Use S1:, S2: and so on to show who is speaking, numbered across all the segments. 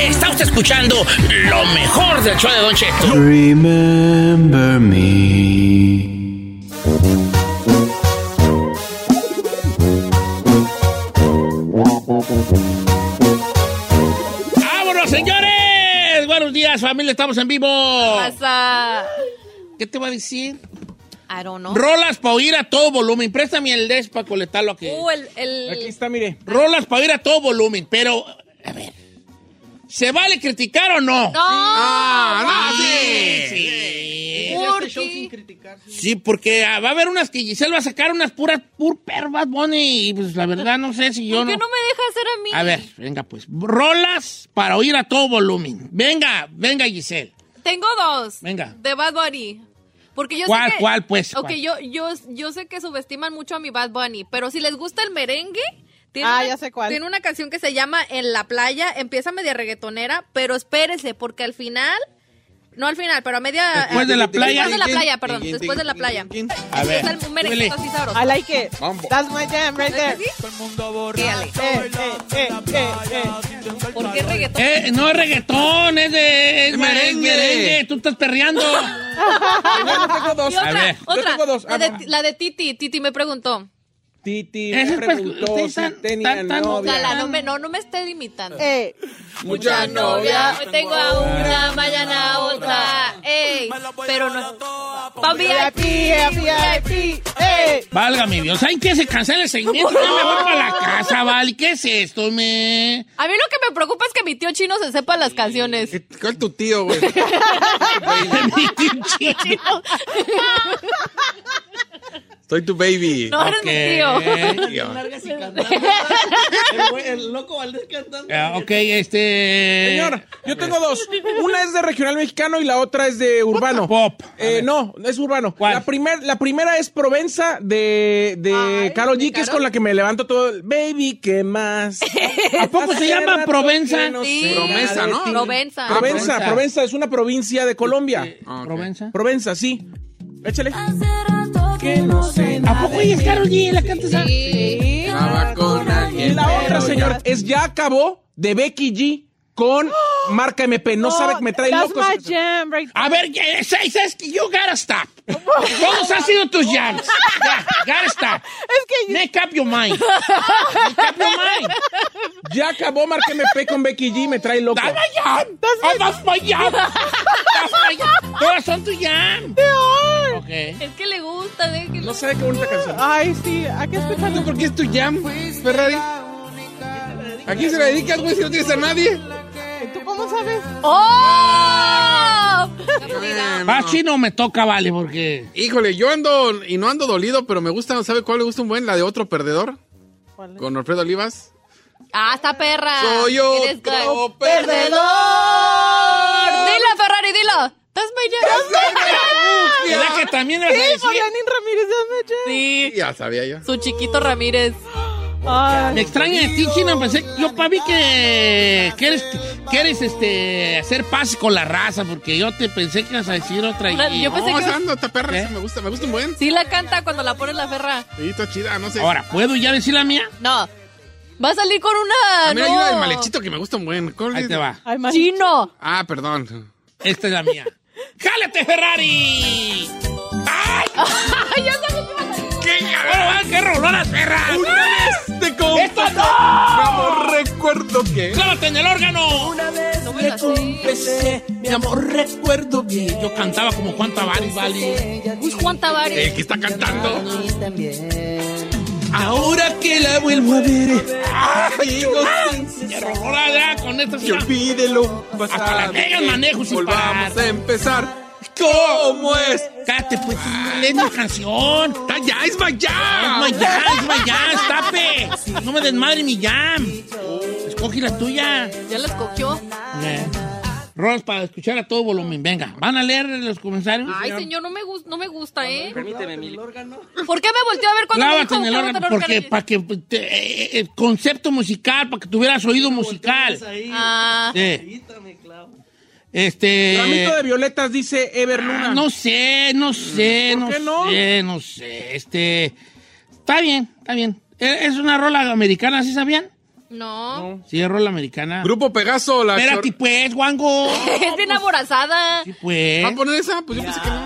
S1: Está usted escuchando lo mejor del show de Don Cheto.
S2: Remember me.
S1: ¡Vámonos, señores! Buenos días, familia, estamos en vivo.
S3: pasa?
S1: ¿Qué te va a decir?
S3: I don't know.
S1: Rolas para oír a todo volumen. Préstame el des para coletarlo aquí.
S3: Uh, el, el-
S4: está, mire.
S1: Rolas para oír a todo volumen, pero, a ver, ¿se vale criticar o no?
S3: No,
S1: Ah,
S3: no,
S1: sí, sí.
S3: Urgi.
S1: Sí, porque ah, va a haber unas que Giselle va a sacar unas puras, pur per Bad Bunny, y pues la verdad no sé si yo
S3: ¿Por qué no me deja hacer a mí?
S1: A ver, venga pues. Rolas para oír a todo volumen. Venga, venga Giselle.
S3: Tengo dos.
S1: Venga.
S3: De Bad Bunny. Porque yo
S1: ¿Cuál,
S3: sé que,
S1: cuál, pues,
S3: Ok,
S1: cuál?
S3: Yo, yo, yo sé que subestiman mucho a mi Bad Bunny, pero si les gusta el merengue... Tiene
S5: Ah,
S3: una,
S5: ya sé cuál.
S3: Tiene una canción que se llama En la playa, empieza media reggaetonera, pero espérese, porque al final... No al final, pero a media...
S1: Después de la playa.
S3: Después de la playa, perdón, después de la playa.
S1: A ver,
S3: Empieza un
S1: súbele.
S3: merenguito así sabroso.
S5: I like it. That's my jam right there.
S3: ¿Sí? Fíjale.
S5: Eh, eh, eh, eh, eh.
S3: ¿Por qué reggaetón?
S1: Eh, no es reggaetón, es de es merengue.
S4: merengue.
S1: merengue. Tú estás perreando.
S4: Yo tengo dos.
S3: Y otra,
S1: A ver.
S4: Yo
S3: otra.
S4: tengo dos.
S3: La,
S4: Ah,
S3: de,
S4: no.
S3: la de Titi, Titi me preguntó.
S4: Titi
S1: Ese
S4: me
S1: es para-
S4: preguntó
S1: Pues, ustedes
S4: si
S1: tan-
S4: tenía
S1: tan- tan-
S3: La,
S4: novia.
S3: la, no, me, no, no me esté limitando.
S5: Eh,
S3: Mucha novia, hoy tengo a una, mañana a otra. Ey, pero no. Pa'
S5: VIP,
S3: VIP.
S5: VIP, eh.
S1: Válgame Dios. ¿Saben qué? Se cancela el segmento. Ya me voy para la casa, ¿vale? ¿Qué es esto, me?
S3: A mí lo que me preocupa es que mi tío chino se sepa las canciones.
S4: ¿Cuál tu tío, güey? Soy tu baby.
S3: No eres mi tío.
S1: Ah, ok, este.
S4: Señor, yo tengo dos. Una es de regional mexicano y la otra es de urbano.
S1: Pop.
S4: Eh, no, es urbano.
S1: ¿Cuál?
S4: La, primer- la primera es Provenza de, de Karol G, que es con la que me levanto todo el baby, ¿qué más?
S1: ¿A poco se
S4: Hace
S1: llama
S4: rato
S1: Provenza?
S4: que no
S3: Sí.
S4: sé
S3: Promesa,
S4: nada de
S3: ¿no?
S4: ti. Provenza,
S3: Provenza.
S4: Provenza,
S1: Provenza. Eh,
S4: es una provincia de Colombia.
S1: Provenza.
S4: Provenza, sí. Échale.
S1: ¿A poco ella es Karol G? ¿La canta esa?
S4: Y la otra, señor, es ya acabó de Becky G con marca MP. No, sabe que me trae
S5: That's
S4: loco.
S5: my jam right
S1: A ver, eh, say- sabes que you gotta stop. Todos han sido tus jams. Ya, gotta stop.
S5: Es que you-
S1: Make up your mind. Make up your mind.
S4: Ya acabó marca MP con Becky G, me trae loco.
S1: That's my jam. Oh, that's my jam. That's my jam. Todas son tu jam. Ok.
S3: Es que le gusta, déjenlo.
S4: No sabe qué bonita canción.
S5: Ay, sí, aquí escuchando.
S4: ¿Por qué es tu jam, Ferrari? ¿A quién se la dedicas, güey, si no tienes a nadie?
S5: ¿Tú cómo sabes?
S3: ¡Oh! Capulina.
S1: Más chino Ah, me toca, vale, porque.
S6: Ah, Híjole, yo ando y no ando dolido, pero me gusta, ¿sabe cuál le gusta un buen? La de otro perdedor.
S5: ¿Cuál es?
S6: Con Alfredo Olivas.
S3: Ah, está perra.
S6: Soy
S3: Eres good.
S6: otro perdedor.
S3: Dilo, Ferrari, dilo. That's my jam.
S1: Es la que también vas a
S5: Sí,
S1: decir.
S5: Fabianín Ramírez, that's my jam.
S3: Sí,
S6: Ya sabía yo.
S3: su chiquito Ramírez.
S1: Me
S5: Ay,
S1: extraña de ti, Chino. Pensé, yo pa' vi que quieres, quieres este, hacer paz con la raza, porque yo te pensé que ibas a decir otra.
S3: Una-
S1: Y...
S3: yo pensé
S6: No,
S3: que-
S6: esa ando, esta perra,
S1: ¿Eh?
S6: esa me gusta, me gusta un buen.
S3: Sí la canta cuando la pone la ferra.
S6: Sí, está chida, no sé.
S1: Ahora, ¿puedo ya decir la mía?
S3: No. Va a salir con una.
S6: A mí hay
S3: Ah, no.
S6: una del malechito que me gusta un buen. ¿Cuál
S1: Ahí
S6: es?
S1: te va.
S5: ay, man.
S3: Chino.
S6: Ah, perdón.
S1: Esta es la mía. ¡Jálate, Ferrari! ¡Ay!
S3: Ay, ya sabía que iba a salir.
S1: ¡Qué cabrón! ¡Qué rolonas, perras!
S6: Te compro.
S1: ¡Esto no!
S6: Mi amor, recuerdo que.
S1: ¡Cálmate en el órgano!
S3: No me la sé.
S1: Mi amor, recuerdo que yo cantaba como Juan Tavares, ¿vale?
S3: Uy, Juan Tavares.
S1: El que está cantando. Ahora que la vuelvo a ver.
S6: ¡Ay,
S1: ¡Qué rolona ya con estas
S6: Que olvídelo.
S1: Hasta las Vegas manejo sin
S6: Volvamos
S1: parar.
S6: a empezar. ¿Cómo es?
S1: Cállate, pues, es mi canción.
S6: ¡Está ya! ¡Es Maya!
S1: Es my jam, es my jam, tape. No me desmadre mi jam. Escoge la tuya.
S3: Ya la escogió.
S1: Eh, Rolas para escuchar a todo volumen. Venga, ¿van a leer los comentarios?
S3: Ay,
S1: señor?
S3: señor, no me, gus- no me gusta, ¿eh?
S4: Permíteme, Mili.
S3: ¿Por qué me volteó a ver cuando
S1: Clávate en
S3: me
S1: el
S3: dijo que
S1: órgano,
S3: no
S1: porque
S3: organizé?
S1: para que te- eh, eh, concepto musical, para que tuvieras oído musical.
S3: Ah,
S1: Sí. Este. ah,
S4: Ramito de violetas dice Ever Luna.
S1: No sé, no sé, no,
S4: ¿Por qué no?
S1: sé, no sé. Este. Está bien, está bien. Eh, Es una rola americana, ¿sí sabían?
S3: no.
S1: Sí, es rola americana.
S6: Grupo Pegaso, la
S1: Espérate,
S6: chor-
S1: pues, guango.
S3: Es bien aborazada.
S1: Sí, pues.
S6: ¿Va a poner esa? Pues yo pensé que no.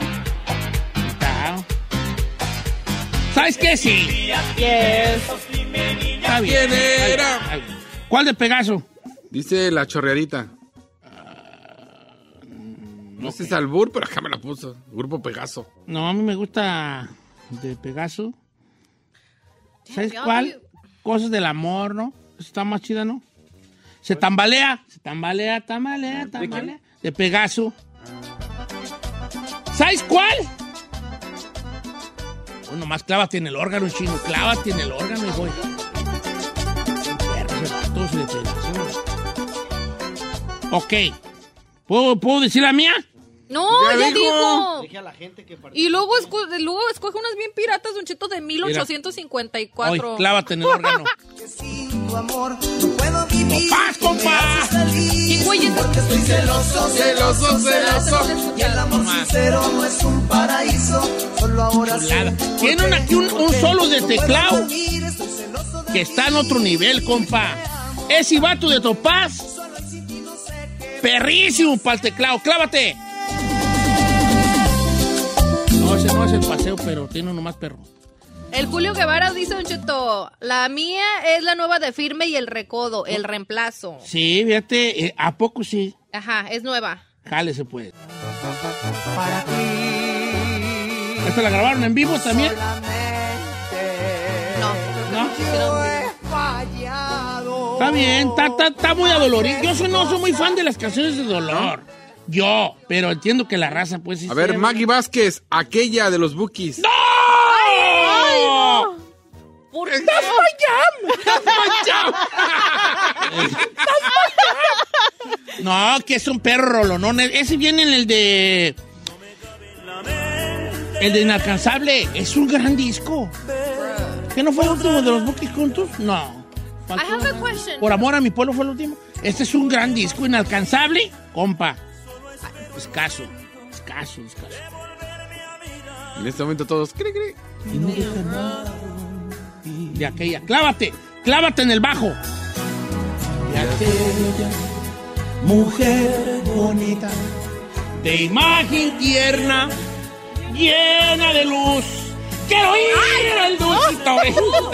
S1: Claro. ¿Sabes qué? Sí. Está bien.
S6: ¿Quién
S1: Está bien,
S6: era?
S1: está bien. ¿Cuál de Pegaso? Ah,
S6: Dice la chorreadita. No sé si es albur, pero acá me la puso. Grupo Pegaso.
S1: No, a mí me gusta de Pegaso. ¿Sabes
S3: ya,
S1: cuál?
S3: oye.
S1: Cosas del amor, ¿no? Está más chida, ¿no? Se tambalea, se tambalea, tambalea, tambalea. De Pegaso. ¿Sabes cuál? Bueno, más clávate en el órgano, chino. Clávate en el órgano y voy. Todos de Pegaso. Ok. ¿Puedo, ¿Puedo decir la mía?
S3: No,
S6: Ya
S3: ya,
S6: dijo.
S3: dijo. Y luego, escu- luego escoge unas bien piratas de un cheto de 1854.
S1: Hoy, clávate en el órgano. ¡Paz, compa!
S3: ¿Quién güey es?
S6: Celoso, celoso.
S1: Chulada. Tiene una- aquí un, un solo de teclado que está en otro nivel, compa. Es Ibato de Topaz. Perrísimo para el teclado. ¡Clávate! No, ese no es el paseo, pero tiene uno más perro.
S3: El Julio Guevara dice, Don Cheto, la mía es la nueva de firme y el recodo, el reemplazo.
S1: Sí, fíjate, eh, ¿a poco sí?
S3: Ajá, es nueva.
S1: Jálese, pues. ¿Esta la grabaron en vivo también?
S3: No.
S1: No.
S3: Pero-
S1: Está bien, está, está, está muy adolorido. Yo soy, no soy muy fan de las canciones de dolor. Yo, pero entiendo que la raza, pues sí.
S6: A ver,
S1: sea-
S6: Maggie Vázquez, aquella de los bookies.
S1: ¡No!
S3: ¿Por qué?
S1: No, que es un perro rolonón. E-, Ese viene en el de. El de Inalcanzable. Es un gran disco. ¿Qué no fue el último de los Bookies juntos? No. Faltó
S3: I have a
S1: uno.
S3: question.
S1: Por amor a mi pueblo fue el último. Este es un gran disco. Inalcanzable, compa. Escaso. Escaso, escaso.
S6: En este momento todos. Cri, cri.
S1: de aquella. Clávate, clávate en el bajo. De aquella mujer bonita, de imagen tierna, llena de luz. Quiero ir al dulcito.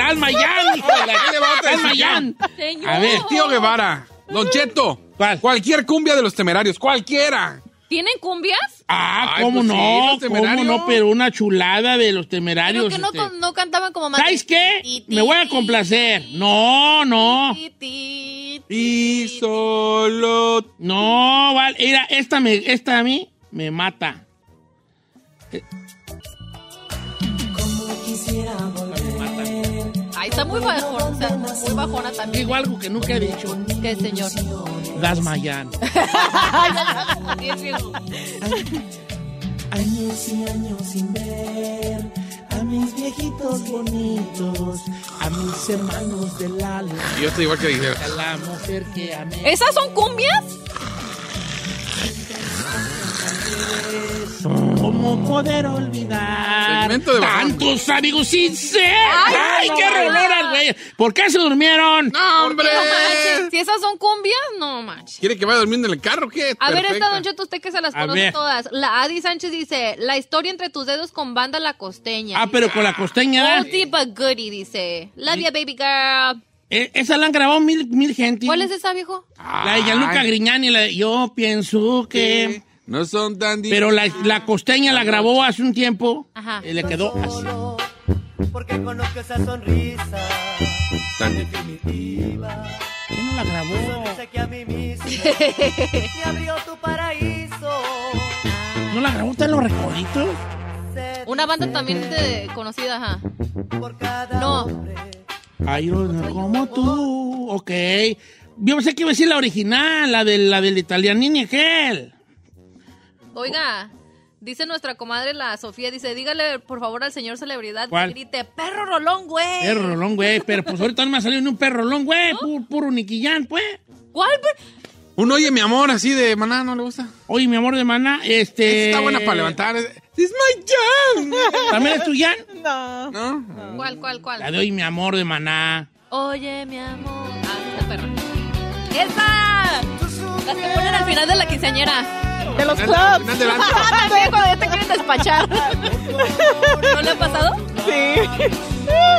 S1: Al Mayán, hijo de la
S6: ¿Qué le va a
S1: Al
S6: decir?
S1: Mayán.
S3: Ah, Señor.
S1: A ver,
S6: Tío Guevara, Don Cheto.
S1: ¿Cuál?
S6: Cualquier cumbia de los temerarios, cualquiera.
S3: ¿Tienen cumbias?
S1: Ah,
S6: Ay,
S1: cómo
S6: pues sí,
S1: no,
S6: los
S1: cómo
S6: temerarios.
S1: no, pero una chulada de los
S3: Pero
S1: temerarios.
S3: que no,
S1: este.
S3: no cantaban como más.
S1: ¿Sabes qué? Me voy a complacer. No, no.
S3: Ti, ti, ti.
S6: Y solo.
S1: No, vale. Mira, esta, me, esta a mí me mata. Eh. Me mata.
S3: Ay, está muy bajona, muy bajona también.
S1: Digo algo que nunca he dicho.
S3: ¿Qué, señor?
S1: Das Mayan.
S3: Así es, viejo.
S1: A mis hermanos del alma.
S6: Y yo estoy igual que dije.
S1: A la mujer que amé.
S3: ¿Esas son cumbias?
S1: Como cómo poder olvidar.
S6: Segmento de Bajón.
S1: Tantos amigos sinceros. ¡Ay, qué rolonas, güey! ¿Por qué se durmieron?
S6: ¡No, hombre!
S3: No manches. Si esas son cumbias, no manches.
S6: ¿Quiere que vaya durmiendo en el carro? o ¿Qué?
S3: A ver,
S6: Perfecta.
S3: esta, Don Cheto, usted que se las
S1: A
S3: conoce
S1: ver.
S3: todas. La Adi Sánchez dice, la historia entre tus dedos con banda La Costeña.
S1: Ah, pero con la costeña. ¿verdad?
S3: Guilty but goody, dice. Love ya, baby girl.
S1: Eh, Esa la han grabado mil, mil gente.
S3: ¿Cuál es esa, viejo?
S1: La de Gianluca Grignani. La de, yo pienso que...
S6: No son tan di-
S1: Pero la, la costeña la grabó hace un tiempo.
S3: Ajá.
S1: Y le quedó así.
S7: Porque conozco esa sonrisa.
S6: tan difíciles.
S1: ¿Quién no la grabó?
S7: Sé que a mí mismo me abrió tu paraíso.
S1: ¿No la grabó usted en los recorditos?
S7: Sé
S3: Una banda también de- conocida, ajá.
S7: por cada
S3: No.
S7: hombre.
S1: Ay, no, como tú. Ok. Yo pensé que iba a decir la original, la, de, la del italianini gel.
S3: Oiga, dice nuestra comadre la Sofía, dice, dígale por favor al señor celebridad
S1: ¿Cuál?
S3: que grite, perro rolón, güey.
S1: Perro rolón, güey. Pero pues ahorita no me ha salido ni un perro rolón, güey. Pu- Puro, niquillán, pues.
S3: ¿Cuál? per-
S6: Un oye, mi amor, así de maná, ¿no le gusta?
S1: Oye, mi amor de maná, este...
S6: Está buena para levantar. ¡This my jam!
S1: ¿También es tu yan?
S5: No.
S6: ¿No?
S3: ¿Cuál, cuál,
S1: La
S3: cuál?
S1: de hoy, mi amor de maná.
S3: Oye, mi amor. Ah, esta perra. ¡Esa! Las que ponen al final de la quinceañera.
S5: De los
S6: Al
S5: clubs.
S6: final del antro.
S3: Ah, también cuando ya te quieren despachar. ¿No le ha pasado?
S5: Sí.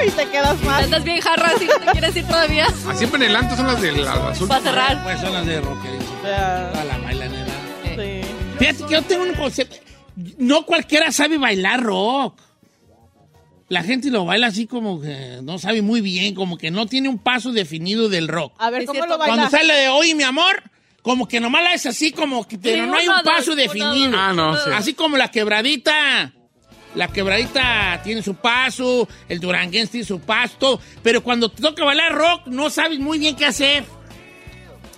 S5: Y te quedas mal.
S3: Andas bien jarra si no te quieres ir todavía.
S6: Ah, Siempre en el antro son las del azul.
S3: Para cerrar.
S1: Pues son las de rockerizo.
S5: Ya,
S1: Toda la baila, nena.
S5: Sí.
S1: Fíjate que yo tengo un concepto. No cualquiera sabe bailar rock. La gente lo baila así como que no sabe muy bien, como que no tiene un paso definido del rock.
S5: A ver,
S3: Es
S5: ¿cómo
S3: cierto.
S5: lo
S1: Cuando
S5: bailas?
S1: sale de hoy, mi amor, como que nomás la es así, como que, pero
S3: Sí,
S1: no hay
S3: uno,
S1: un paso
S3: dos,
S1: definido.
S3: uno,
S6: Ah, no, sí.
S1: Así como la quebradita. La quebradita tiene su paso, el duranguense tiene su pasto, pero cuando te toca bailar rock no sabes muy bien qué hacer.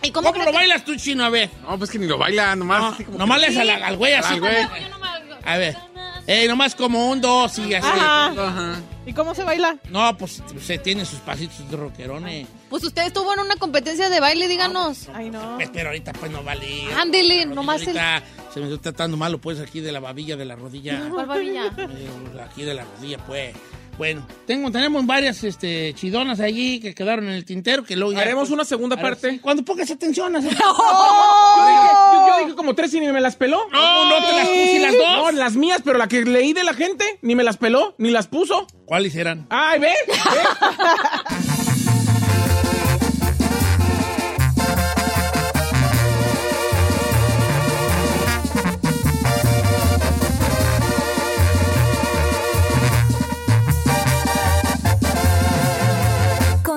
S3: ¿Y
S1: ¿Cómo,
S3: cómo, crees
S1: lo
S3: que-
S1: bailas tú, chino? A ver.
S6: No, pues que ni lo baila, nomás.
S1: No,
S6: así como
S1: nomás
S6: que-
S1: le es al, al güey así.
S6: Al güey.
S1: como- A ver. Eh, nomás como un dos y así.
S5: Ajá.
S6: Ajá.
S5: ¿Y cómo se baila?
S1: No, pues se tiene sus pasitos de rockerones.
S3: Pues usted estuvo en una competencia de baile, díganos.
S5: Ah, Ay, no.
S1: Pues, Pero ahorita pues no vale.
S3: Ándele,
S1: Rodilla,
S3: Ah. nomás el-
S1: ahorita Se me está tratando malo pues aquí de la babilla de la rodilla.
S3: ¿Cuál babilla?
S1: Eh, Aquí de la rodilla pues. Bueno, tengo, tenemos varias este, chidonas allí que quedaron en el tintero que luego ya-
S4: Haremos una segunda
S1: Ahora sí,
S4: parte.
S1: Cuando pongas atención. así-
S4: Yo dije, yo, yo dije como tres y ni me las peló.
S1: No, no te las puse las dos.
S4: No, las mías, pero la que leí de la gente ni me las peló, ni las puso.
S1: ¿Cuáles eran?
S4: Ay, ve. ve.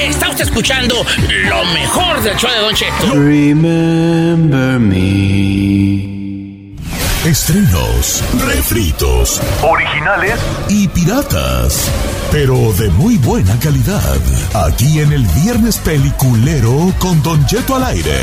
S8: Está usted escuchando lo mejor del show de Don Cheto.
S2: Remember me.
S9: Estrenos, refritos, originales y piratas, pero de muy buena calidad. Aquí en el Viernes Peliculero con Don Jeto al aire.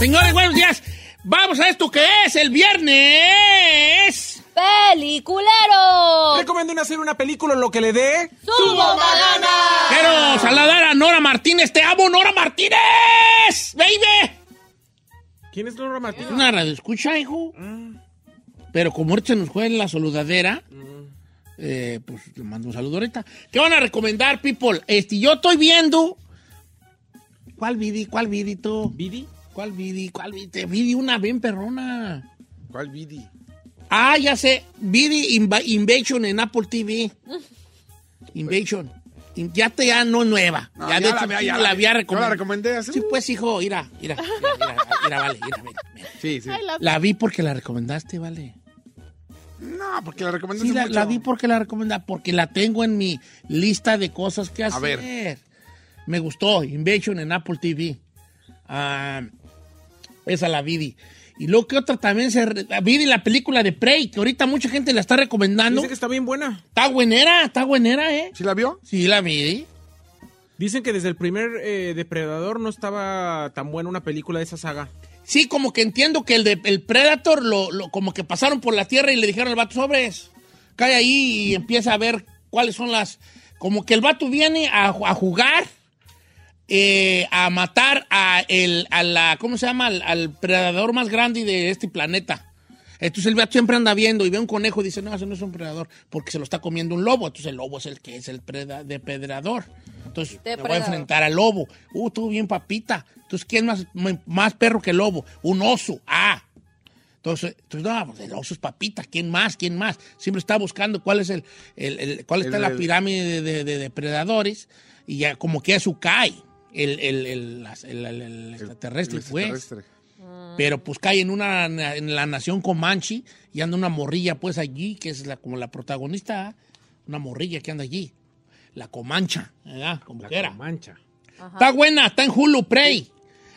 S1: Señores, buenos días. Vamos a esto que es el viernes.
S3: ¡Peliculero!
S4: Recomiendo hacer una película en lo que le dé.
S3: ¡Su bomba gana!
S1: Quiero saludar a Nora Martínez. Te amo, Nora Martínez. Baby.
S4: ¿Quién es Laura Martínez?
S1: Una radio escucha, hijo. Pero como ahorita se nos fue en la saludadera, eh, pues le mando un saludo ahorita. ¿Qué van a recomendar, people? Este, yo estoy viendo. ¿Cuál vidi? ¿Cuál vidi tú?
S4: ¿Vidi?
S1: ¿Cuál vidi? ¿Cuál vidi? Te vidi una bien perrona.
S6: ¿Cuál Vidi?
S1: Ah, ya sé. Vidi Inva- Invasion en Apple TV. Invasion. In- Ya te ya no nueva.
S6: No,
S1: ya,
S6: ya
S1: de
S6: la
S1: hecho,
S6: había-
S1: sí
S6: ya
S1: la
S6: la
S1: había
S6: había-
S1: recomendado.
S6: yo la recomendé hace-
S1: Sí, pues, hijo, mira, mira, mira, mira, mira, vale, mira, mira, mira.
S6: Sí, sí.
S1: La vi porque la recomendaste, vale.
S6: No, porque la recomendaste
S1: Sí, la,
S6: mucho.
S1: la vi porque la recomendaste, porque la tengo en mi lista de cosas que hacer.
S6: ver.
S1: Me gustó, Invasion en Apple TV. Ah, esa la vi. Y luego que otra también se... re- Vi la película de Prey, que ahorita mucha gente la está recomendando.
S4: Dice que está bien buena.
S1: Está buenera, está buenera, ¿eh?
S6: ¿Sí la vio?
S1: Sí, la vi.
S4: Dicen que desde el primer eh, Depredador no estaba tan buena una película de esa saga.
S1: Sí, como que entiendo que el, de- el Predator, lo, lo- como que pasaron por la tierra y le dijeron al vato, sobres, cae ahí y empieza a ver cuáles son las... Como que el vato viene a, ju- a jugar, eh, a matar a, el, a la, ¿cómo se llama? Al, al predador más grande de este planeta. Entonces el vato siempre anda viendo y ve un conejo y dice, no, ese no es un predador, porque se lo está comiendo un lobo. Entonces el lobo es el que es el preda- depredador. Entonces me voy a
S3: Depredador.
S1: enfrentar al lobo. Uh, estuvo bien papita. Entonces, ¿quién más, m- más perro que el lobo? Un oso. Ah. Entonces, entonces, no, pues, el oso es papita. ¿Quién más? ¿Quién más? Siempre está buscando cuál es el, el- el- cuál está
S6: El-
S1: la
S6: el-
S1: pirámide de, de- de depredadores y ya como que eso cae. El, el- el- las- el- el- el extraterrestre,
S6: El
S1: pues.
S6: extraterrestre.
S1: Pero pues cae en una en la nación Comanche y anda una morrilla pues allí, que es la, como la protagonista, una morrilla que anda allí. La Comancha, ¿verdad? Como
S4: La
S1: quiera.
S4: Comancha.
S1: Está buena, está en Hulu Prey.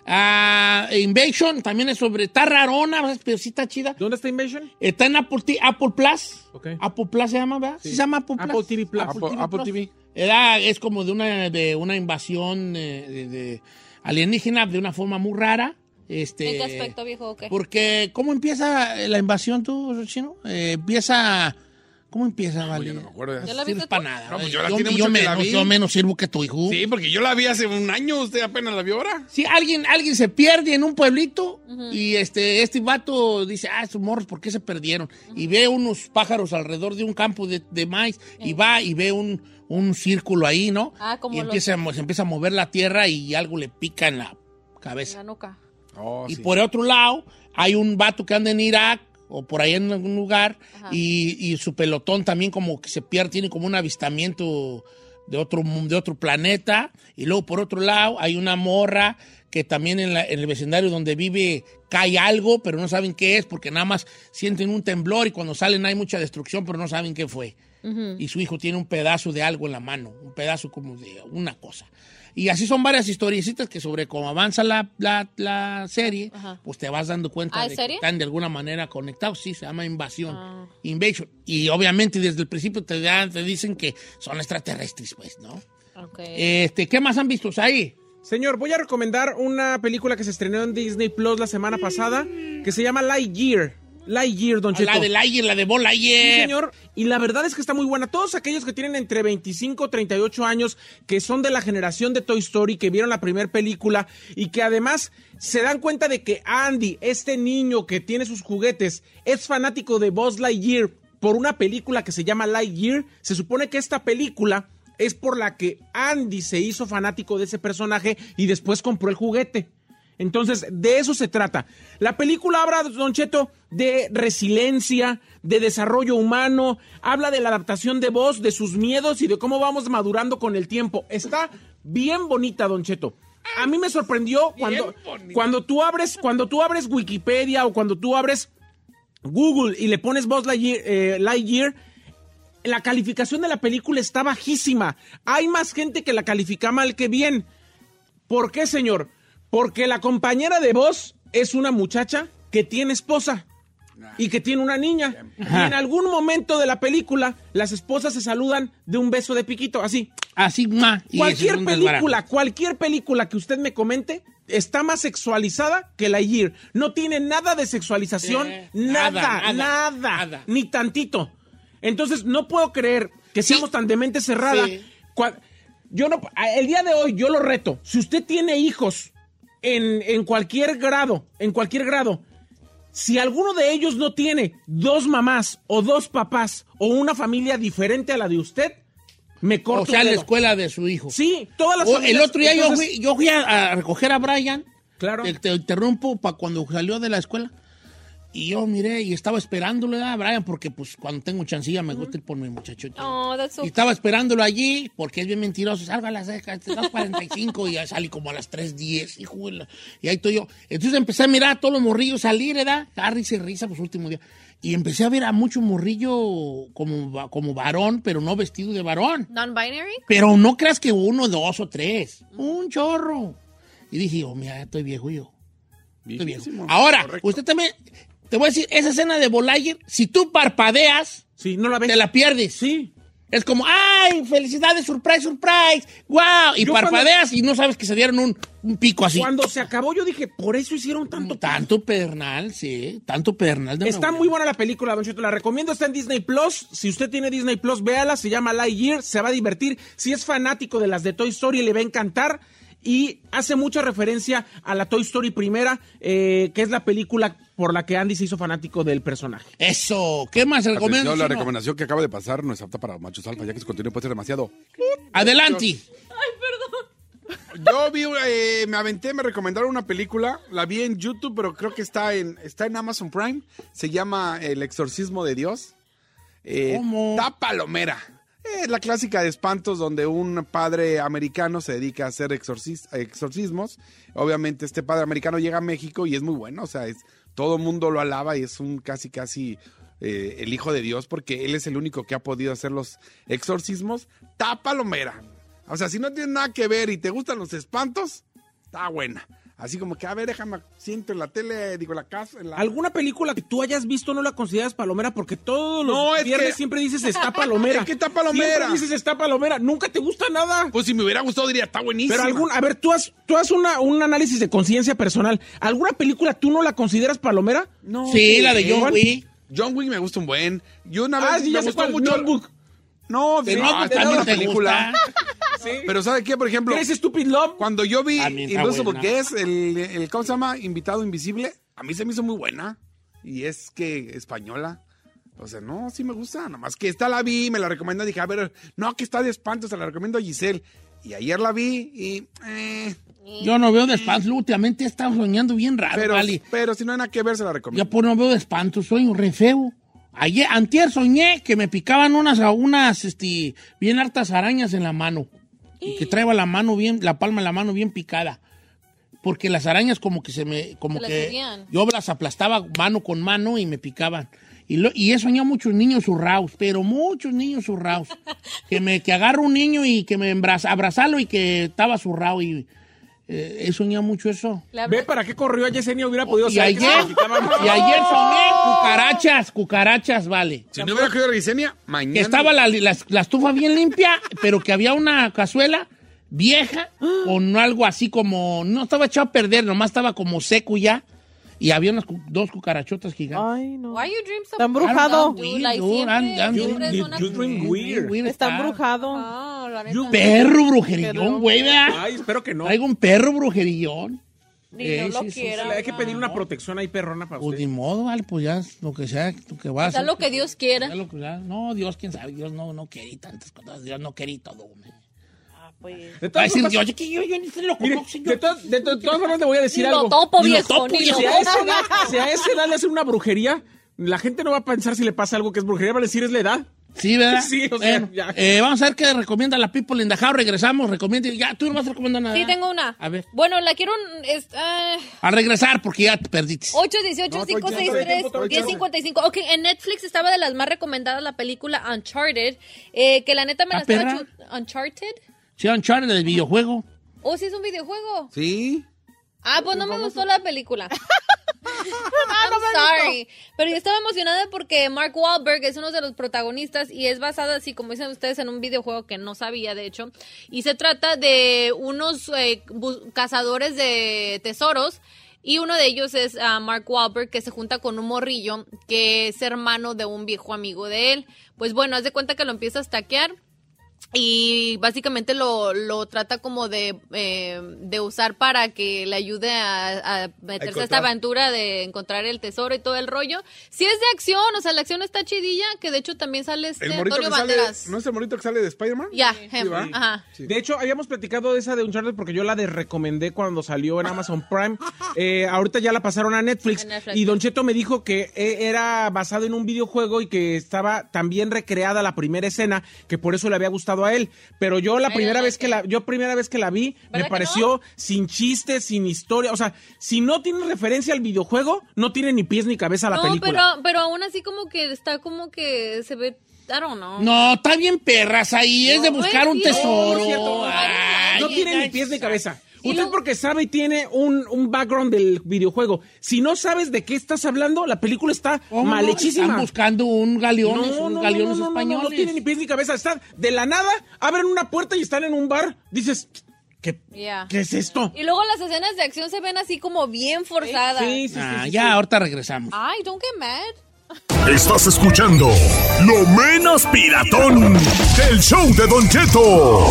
S1: Ah, Invasion también es sobre. Está rarona, ¿ves? pero sí está chida.
S4: ¿Dónde está Invasion?
S1: Está en Apple, T- Apple Plus.
S4: Ok.
S1: Apple Plus se llama, ¿verdad? Sí,
S4: Sí.
S1: se llama Apple Plus.
S4: Apple TV Plus.
S6: Apple, Apple
S1: Plus.
S6: TV.
S1: Era, es como de una, de una invasión eh, de, de alienígena de una forma muy rara. Este,
S3: ¿En qué aspecto, viejo? o qué?
S1: Porque, ¿cómo empieza la invasión tú, Chino? Eh, empieza. ¿Cómo empieza, Vale?
S6: yo no me acuerdo.
S3: ¿Ya la
S1: No sirves
S3: viste tú?
S1: para nada.
S6: No, pues
S1: vale.
S6: yo la tiene
S1: yo
S6: mucho que la
S1: menos,
S6: vi.
S1: yo menos sirvo que tu hijo.
S6: Sí, porque yo la vi hace un año, usted apenas la vio ahora.
S1: Si alguien, alguien se pierde en un pueblito y este, este vato dice, ah, estos morros, ¿por qué se perdieron? Y ve unos pájaros alrededor de un campo de, de maíz y va y ve un, un círculo ahí, ¿no?
S3: Eh. Ah, como
S1: y
S3: los-
S1: empieza, a mo- se empieza a mover la tierra y algo le pica en la cabeza.
S3: La nuca.
S6: Oh,
S1: Y
S6: sí.
S1: por otro lado, hay un vato que anda en Irak o por ahí en algún lugar
S3: Ajá.
S1: y, y su pelotón también como que se pierde, tiene como un avistamiento de otro, mu- de otro planeta. Y luego por otro lado hay una morra que también en, la- en el vecindario donde vive cae algo, pero no saben qué es porque nada más sienten un temblor y cuando salen hay mucha destrucción, pero no saben qué fue. Y su hijo tiene un pedazo de algo en la mano, un pedazo como de una cosa. Y así son varias historiecitas que sobre cómo avanza la, la- la serie,
S3: Ajá.
S1: pues te vas dando cuenta
S3: ¿Ah,
S1: de
S3: ¿es
S1: que
S3: serie?
S1: están de alguna manera conectados. Sí, se llama invasión,
S3: Ah.
S1: invasion. Y obviamente desde el principio te, dan- te dicen que son extraterrestres, pues, ¿no?
S3: Ok.
S1: Este, ¿Qué más han visto ahí?
S4: Señor, voy a recomendar una película que se estrenó en Disney Plus la semana pasada que se llama Lightyear. Lightyear, Don
S1: Ah,
S4: Cheto.
S1: La del ayer, la de bola
S4: Sí,
S1: ayer.
S4: señor. Y la verdad es que está muy buena. Todos aquellos que tienen entre 25 y 38 años, que son de la generación de Toy Story, que vieron la primera película y que además se dan cuenta de que Andy, este niño que tiene sus juguetes, es fanático de Buzz Lightyear por una película que se llama Lightyear. Se supone que esta película es por la que Andy se hizo fanático de ese personaje y después compró el juguete. Entonces, de eso se trata. La película habla, Don Cheto, de resiliencia, de desarrollo humano, habla de la adaptación de voz, de sus miedos y de cómo vamos madurando con el tiempo. Está bien bonita, Don Cheto. A mí me sorprendió cuando, cuando tú abres, cuando tú abres Wikipedia o cuando tú abres Google y le pones Buzz Lightyear, eh, Lightyear, la calificación de la película está bajísima. Hay más gente que la califica mal que bien. ¿Por qué, señor? Porque la compañera de voz es una muchacha que tiene esposa y que tiene una niña. Y en algún momento de la película, las esposas se saludan de un beso de piquito, así.
S1: Así, ma. y ese es
S4: Cualquier
S1: un
S4: película,
S1: desbarate.
S4: cualquier película que usted me comente está más sexualizada que la Year. No tiene nada de sexualización,
S1: Eh, nada,
S4: nada, nada,
S1: nada,
S4: ni tantito. Entonces, no puedo creer que seamos tan de mente cerrada.
S1: Sí.
S4: Cua- Yo no, a- el día de hoy yo lo reto. Si usted tiene hijos en, en cualquier grado, en cualquier grado, si alguno de ellos no tiene dos mamás o dos papás o una familia diferente a la de usted, me corto
S1: O sea,
S4: un
S1: la
S4: dedo.
S1: escuela de su hijo.
S4: Sí, todas las
S1: O el
S4: familias-
S1: otro día yo
S4: entonces-
S1: fui, yo fui a, a recoger a Brian.
S4: Claro.
S1: Te, te interrumpo para cuando salió de la escuela. Y yo miré y estaba esperándolo ¿verdad, a Brian porque pues cuando tengo chancilla me gusta ir por mi muchacho.
S3: Oh, that's so
S1: Y estaba esperándolo allí porque es bien mentiroso. Salgo a las 45 y ya salí como a las 3.10. hijo de la- Y ahí estoy yo. Entonces empecé a mirar a todos los morrillos salir, ¿verdad? A risa y risa, pues último día. Y empecé a ver a mucho morrillo como, va- como varón, pero no vestido de varón.
S3: non-binary.
S1: Pero no creas que uno, dos o tres. Un chorro. Y dije, oh, mira, estoy viejo yo. Estoy viejo. Ahora, usted también, te voy a decir, esa escena de Volayer, si tú parpadeas, te la pierdes.
S4: Sí.
S1: Es como, ¡ay! ¡Felicidades! ¡Surprise, surprise! ¡Wow! Y
S4: Yo
S1: parpadeas y no sabes que se dieron un, un pico así.
S4: Cuando se acabó, yo dije, por eso hicieron tanto.
S1: Tanto pernal, sí. Tanto pernal. De una
S4: Está muy buena la película, Don Cheto. La recomiendo. Está en Disney Plus. Si usted tiene Disney Plus, véala. Se llama Lightyear. Se va a divertir. Si es fanático de las de Toy Story, le va a encantar. Y hace mucha referencia a la Toy Story primera, eh, que es la película por la que Andy se hizo fanático del personaje.
S1: Eso. ¿Qué más
S10: Atención, la recomendación que acaba de pasar no es apta para machos alfa, ya que su contenido puede ser demasiado.
S1: Adelante.
S10: Yo vi, eh, me aventé, me recomendaron una película, la vi en YouTube, pero creo que está en, está en Amazon Prime. Se llama El exorcismo de Dios. Eh, Está palomera. Es Eh, la clásica de espantos donde un padre americano se dedica a hacer exorcis- exorcismos. Obviamente este padre americano llega a México y es muy bueno, o sea, es, todo el mundo lo alaba y es un casi casi eh, el hijo de Dios porque él es el único que ha podido hacer los exorcismos. Está palomera. O sea, si no tiene nada que ver y te gustan los espantos, está buena. Así como que, a ver, déjame, siento en la tele, digo, en la casa, en la...
S4: ¿Alguna película que tú hayas visto no la consideras palomera? Porque todos los
S10: No, es
S4: viernes
S10: que-
S4: siempre dices está palomera.
S10: Es que está palomera.
S4: Siempre dices está palomera. Nunca te gusta nada.
S10: Pues si me hubiera gustado diría, está buenísima.
S4: Pero algún, a ver, tú has, tú has una, un análisis de conciencia personal. ¿Alguna película tú no la consideras palomera? No.
S10: John Wick me gusta un buen. Yo una vez
S4: Ah, sí,
S10: me
S4: ya sé
S10: gustó
S4: cuál,
S10: mucho...
S4: Notebook.
S10: No,
S4: The
S10: no,
S4: Notebook
S10: está
S4: también
S10: buena
S4: te
S10: película. Pero ¿sabe qué? Por ejemplo...
S4: ¿Crees Stupid Love?
S10: Cuando yo vi
S4: También está
S10: Invisible
S4: buena.
S10: Guest, el, el, ¿cómo se llama? Invitado Invisible, a mí se me hizo muy buena. Y es que española. O sea, no, sí me gusta. Nada más que esta la vi, me la recomendó. Dije, a ver, no, que está de espanto, se la recomiendo a Giselle. Y ayer la vi y... eh,
S1: Yo no veo de espanto. Últimamente he estado soñando bien raro,
S10: pero,
S1: vale.
S10: pero si no hay nada que ver, se la
S1: Yo
S10: recomiendo.
S1: pues no veo de espanto, sueño re feo. Ayer, antier soñé que me picaban unas, a unas, este, bien hartas arañas en la mano. Y que traía la mano bien, la palma de la mano bien picada. Porque las arañas como que se me, como
S3: Se las
S1: que
S3: seguían.
S1: yo las aplastaba mano con mano y me picaban. Y, lo- y he soñado muchos niños zurraos, pero muchos niños zurraos. que me, que agarro un niño y que me embraza, abrazalo y que estaba zurrao y eh, he soñado mucho eso.
S4: ¿Ve para qué corrió a Yesenia? Hubiera podido
S1: Oh, Y
S4: saber que
S1: ayer-
S4: se la quitaban.
S1: y ayer soné cucarachas, cucarachas, vale.
S10: Si no hubiera cogido a Yesenia,
S1: Que
S10: mañana...
S1: estaba la, la- la estufa bien limpia, pero que había una cazuela vieja con algo así como, no estaba echado a perder, nomás estaba como seco ya. Y había unas cu- dos cucarachotas gigantes.
S5: Ay, no.
S3: Why you
S1: Ah,
S3: dream so
S5: Está embrujado.
S3: dumb, dude? Like, siempre- siempre es una-
S5: Está embrujado.
S3: Ah, la neta.
S1: Perro brujerillón, güey, ¿verdad?
S4: Ay, espero que no.
S1: Traigo un perro brujerillón.
S5: Ni no lo quiera,
S4: Hay que pedir una protección ahí perrona para
S1: Pues ni modo, vale, pues ya lo que sea, lo que vas.
S3: O sea, lo que Dios quiera.
S1: Ya lo que- ya- no, Dios, quién sabe, Dios no, no quería tantas cosas, Dios no quería todo. hombre.
S4: De
S1: Va a
S4: todas
S1: decir
S4: formas-
S1: Dios, yo, que yo, yo ni se lo
S4: Mire,
S1: conozco, señor.
S4: de, todas- de to- todas formas le voy a decir
S1: Ni lo
S4: algo.
S1: topo,
S4: Ni lo
S1: viejo,
S4: topo,
S1: ni
S4: viejo.
S1: lo
S4: Si a esa
S1: topo.
S4: edad, si a esa edad le hacen una brujería, la gente no va a pensar si le pasa algo que es brujería, va a decir es la edad.
S1: Sí, ¿verdad?
S4: Sí, o sea,
S1: Bueno,
S4: ya.
S1: eh, vamos a ver qué recomienda la People in the House. Regresamos, recomienda. Ya, tú no vas a recomendar nada.
S3: Sí, tengo una.
S1: Ah, A ver.
S3: Bueno, la quiero... mm, es- ah,
S1: Al regresar, porque ya te perdiste.
S3: 818-563-1055. Ok, en Netflix estaba de las más recomendadas la película Uncharted, eh, que la neta me
S1: Ah,
S3: la estaba...
S1: perra.
S3: chu- ¿Uncharted?
S1: Sí, Uncharted del videojuego.
S3: ¿Oh, sí es un videojuego?
S1: Sí.
S3: Ah, pues no me gustó la película. Ah, I'm sorry. Pero yo estaba emocionada porque Mark Wahlberg es uno de los protagonistas y es basada, así como dicen ustedes, en un videojuego que no sabía, de hecho. Y se trata de unos eh, bu- cazadores de tesoros. Y uno de ellos es ah, Mark Wahlberg, que se junta con un morrillo que es hermano de un viejo amigo de él. Pues bueno, haz de cuenta que lo empieza a stackear y básicamente lo, lo trata como de, eh, de usar para que le ayude a, a meterse a esta
S11: encontrar.
S3: aventura de encontrar el tesoro y todo el rollo. Si es de acción, o sea, la acción está chidilla, que de hecho también sale este
S10: El morrito
S3: Antonio
S10: que sale,
S3: Banderas.
S10: ¿No es el morrito que sale de Spider-Man?
S3: Ya,
S10: Sí, ¿va?
S3: him, ajá.
S4: De hecho, habíamos platicado de esa de Uncharted porque yo la desrecomendé cuando salió en Amazon Prime. Eh, ahorita ya la pasaron a Netflix,
S3: En Netflix.
S4: y Don Cheto me dijo que eh, era basado en un videojuego y que estaba también recreada la primera escena, que por eso le había gustado a él. Pero yo la
S10: Ay,
S4: primera
S10: no,
S4: vez que la yo primera vez que la vi me pareció sin chiste, sin historia, o sea, si no tiene referencia al videojuego, no tiene ni pies ni cabeza la
S3: no,
S4: película.
S3: pero, pero aún así como que está como que se ve, I don't know. pues
S1: No, está bien perras ahí. es de buscar un
S3: sí,
S1: tesoro.
S3: no,
S4: cierto.
S1: Ay,
S4: no tiene ni
S1: ay,
S4: pies ni cabeza. Usted porque sabe y tiene un, un background del videojuego. Si no sabes de qué estás hablando, la película está mal hechísima.
S1: Oh, Están buscando un galeones,
S4: No,
S1: un
S4: no,
S1: galeones
S4: no, no, no, no,
S1: españoles.
S4: No, tiene ni pies ni cabeza. Están de la nada, abren una puerta y están en un bar. Dices, ¿qué,
S3: Ya.
S4: qué es esto?
S3: Y luego las escenas de acción se ven así como bien forzadas.
S1: Ah, ya, ahorita regresamos.
S3: Ay, don't get mad.
S9: Estás escuchando Lo menos piratón del show de Don Cheto.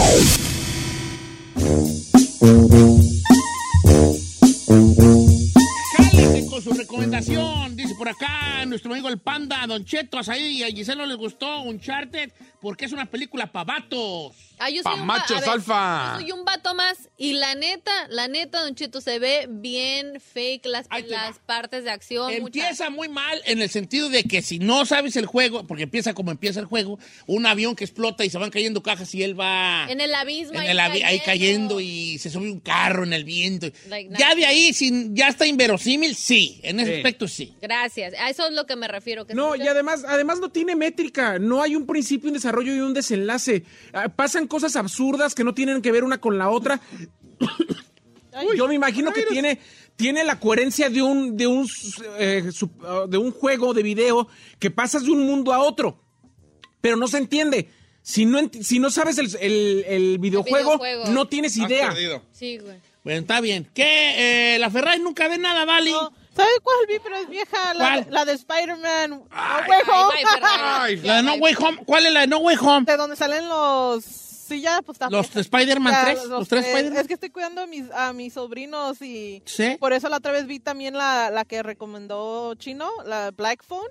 S1: Jálese con su recomendación. Dice por acá nuestro amigo el panda, Don Cheto, ahí y a Giselo les gustó Uncharted porque es una película para vatos.
S3: Ah, yo soy
S1: Pa'
S3: un va-
S1: machos
S3: a ver,
S1: alfa.
S3: Yo soy un vato más. Y la neta, la neta, Don Cheto, se ve bien fake las, las partes de acción.
S1: Empieza muy mal en el sentido de que si no sabes el juego, porque empieza como empieza el juego, un avión que explota y se van cayendo cajas y él va...
S3: mucha- En el abismo.
S1: en
S3: ahí
S1: el avi- ahí
S3: cayendo.
S1: cayendo y se sube un carro en el viento.
S3: Like nada.
S1: ya de ahí, sin, ya está inverosímil, sí. En ese
S4: Sí.
S1: aspecto, sí.
S3: Gracias. A eso es lo que me refiero. Que
S4: No,
S3: se-
S4: y además, además no tiene métrica, no hay un principio, un desarrollo y un desenlace. Ah, Pasan cosas absurdas que no tienen que ver una con la otra. Yo me imagino que tiene, tiene la coherencia de un, de, un, eh, sup- ah, de un juego de video que pasas de un mundo a otro, pero no se entiende. Si no, ent- si no sabes el, el- el videojuego,
S1: videojuego.
S4: no tienes
S1: Has
S4: idea.
S1: perdido.
S3: Sí, güey.
S1: Bueno, está bien. ¿Qué? Eh, la Ferrari nunca ve nada, Dali.
S5: ¿Sabes cuál vi? Pero es vieja. La,
S1: ¿Cuál?
S5: la de Spider-man. No Way
S1: ay,
S5: Home.
S1: ay, Ferrari. La de No Way Home. ¿Cuál es la de No Way Home?
S5: De donde salen los... Sí, ya, pues está
S1: Los
S5: vieja.
S1: Spider-Man
S5: Ya,
S1: tres, los tres
S5: eh,
S1: Spider-Man.
S5: Es que estoy cuidando a mis, a mis sobrinos y...
S1: Sí.
S5: Por eso la otra vez vi también la, la que recomendó Chino, la Black Phone.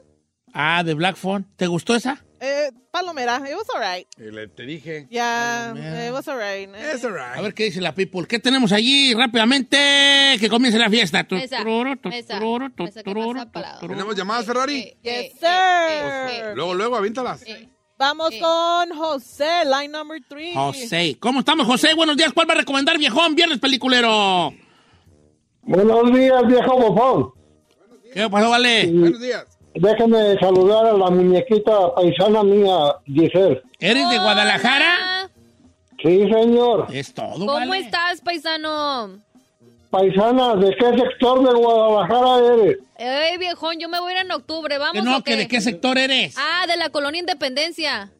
S1: Ah, de Black Phone. ¿Te gustó esa?
S5: Eh, Palomera, it was alright.
S1: Eh, Te dije.
S5: Ya,
S1: Palomera.
S5: it was alright. Eh,
S1: A ver qué dice la people. ¿Qué tenemos allí? Rápidamente, que comience la fiesta. Tu-
S5: Esa,
S1: tururu, tu-
S5: esa,
S1: tururu, tu-
S5: esa que
S1: tururu,
S5: pasa
S1: tu-
S5: palabra.
S1: tururu.
S10: ¿Tenemos llamadas, Ferrari?
S1: Eh,
S5: Yes, sir.
S10: Pues, luego, luego, aviéntalas.
S5: Vamos
S1: eh.
S5: con José, line number three.
S1: José. ¿Cómo estamos, José? Buenos días. ¿Cuál va a recomendar, viejón? Viernes peliculero.
S12: Buenos días, viejo bofón.
S1: ¿Qué pasó, Vale?
S12: Buenos
S10: días.
S12: Déjame saludar a la muñequita paisana mía, Giselle.
S1: ¿Eres de Guadalajara?
S12: Sí, señor.
S1: Es todo,
S3: ¿Cómo estás, paisano?
S12: Paisana, ¿de qué sector de Guadalajara eres?
S3: Ey, viejón, yo me voy a ir en octubre. Vamos.
S12: no,
S3: ¿o
S12: que de qué sector
S1: eres?
S3: Ah, de la colonia Independencia.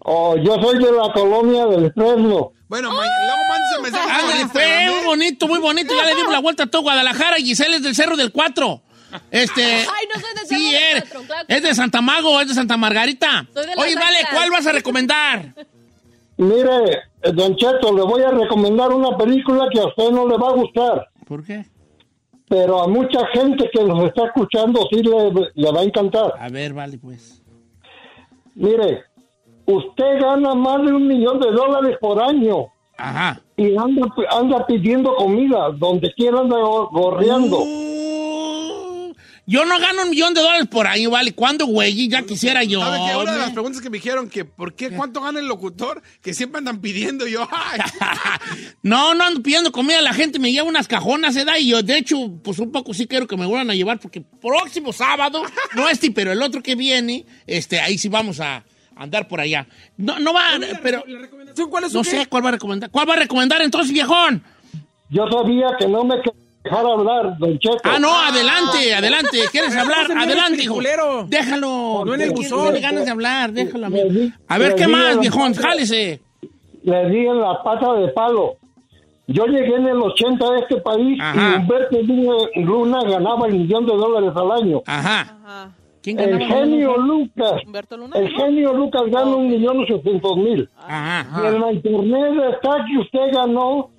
S12: Oh, yo soy de la colonia del Fresno.
S10: Bueno, ma- luego
S3: ¡Oh!
S10: mándese mensaje.
S1: Ándale, fue
S10: ¿eh?
S1: muy bonito, muy bonito. Ya le dimos la vuelta a todo Guadalajara. y Giselle es del Cerro del Cuatro. Este.
S3: Ay, no soy de
S1: Sí,
S3: Cerro del
S1: eres.
S3: Cuatro, claro que
S1: Es de
S3: no.
S1: Santa Mago, es de Santa Margarita.
S3: Soy de Las
S1: Oye, vale,
S3: Águilas.
S1: ¿cuál vas a recomendar?
S12: Mire, eh, don Cheto, le voy a recomendar una película que a usted no le va a gustar.
S1: ¿Por qué?
S12: pero a mucha gente que nos está escuchando sí le, le va a encantar.
S1: A ver, vale, pues.
S12: Mire, usted gana más de un millón de dólares por año.
S1: Ajá.
S12: Y anda, anda pidiendo comida, donde quiera anda go- gorreando.
S1: Uh. Yo no gano un millón de dólares por año, vale. ¿Cuándo, güey? Ya quisiera yo.
S6: ¿Sabe qué? Una de las
S1: hombre.
S6: preguntas que me dijeron que ¿por qué cuánto gana el locutor? Que siempre andan pidiendo y yo. ¡ay!
S1: No, no ando pidiendo comida. La gente me lleva unas cajonas, ¿eh? da? Y yo, de hecho, pues un poco sí quiero que me vuelvan a llevar porque próximo sábado, no este, pero el otro que viene, este, ahí sí vamos a andar por allá. No, no va, pero...
S4: ¿Cuál
S1: no sé cuál va a recomendar. ¿Cuál va a recomendar entonces, viejón?
S12: Yo sabía que no me quería dejar hablar, don Cheto.
S1: Ah, no, adelante, adelante. ¿Quieres hablar? Adelante, hijo. Déjalo.
S12: No en el buzón.
S1: Tiene ganas de hablar, déjalo. a mí.
S12: Le di-
S1: A ver,
S12: le
S1: ¿qué
S12: di
S1: más,
S12: la-
S1: viejón? Jálese.
S12: Le di en la pata de palo. Yo llegué en el 80 a este país y Humberto Luna- Luna ganaba el millón de dólares al año.
S1: Ajá. ¿Quién
S12: El
S5: ganaba?
S12: genio Lucas. El genio Lucas gana un millón ochocientos mil.
S1: Ajá.
S12: Y en la internet está que usted ganó,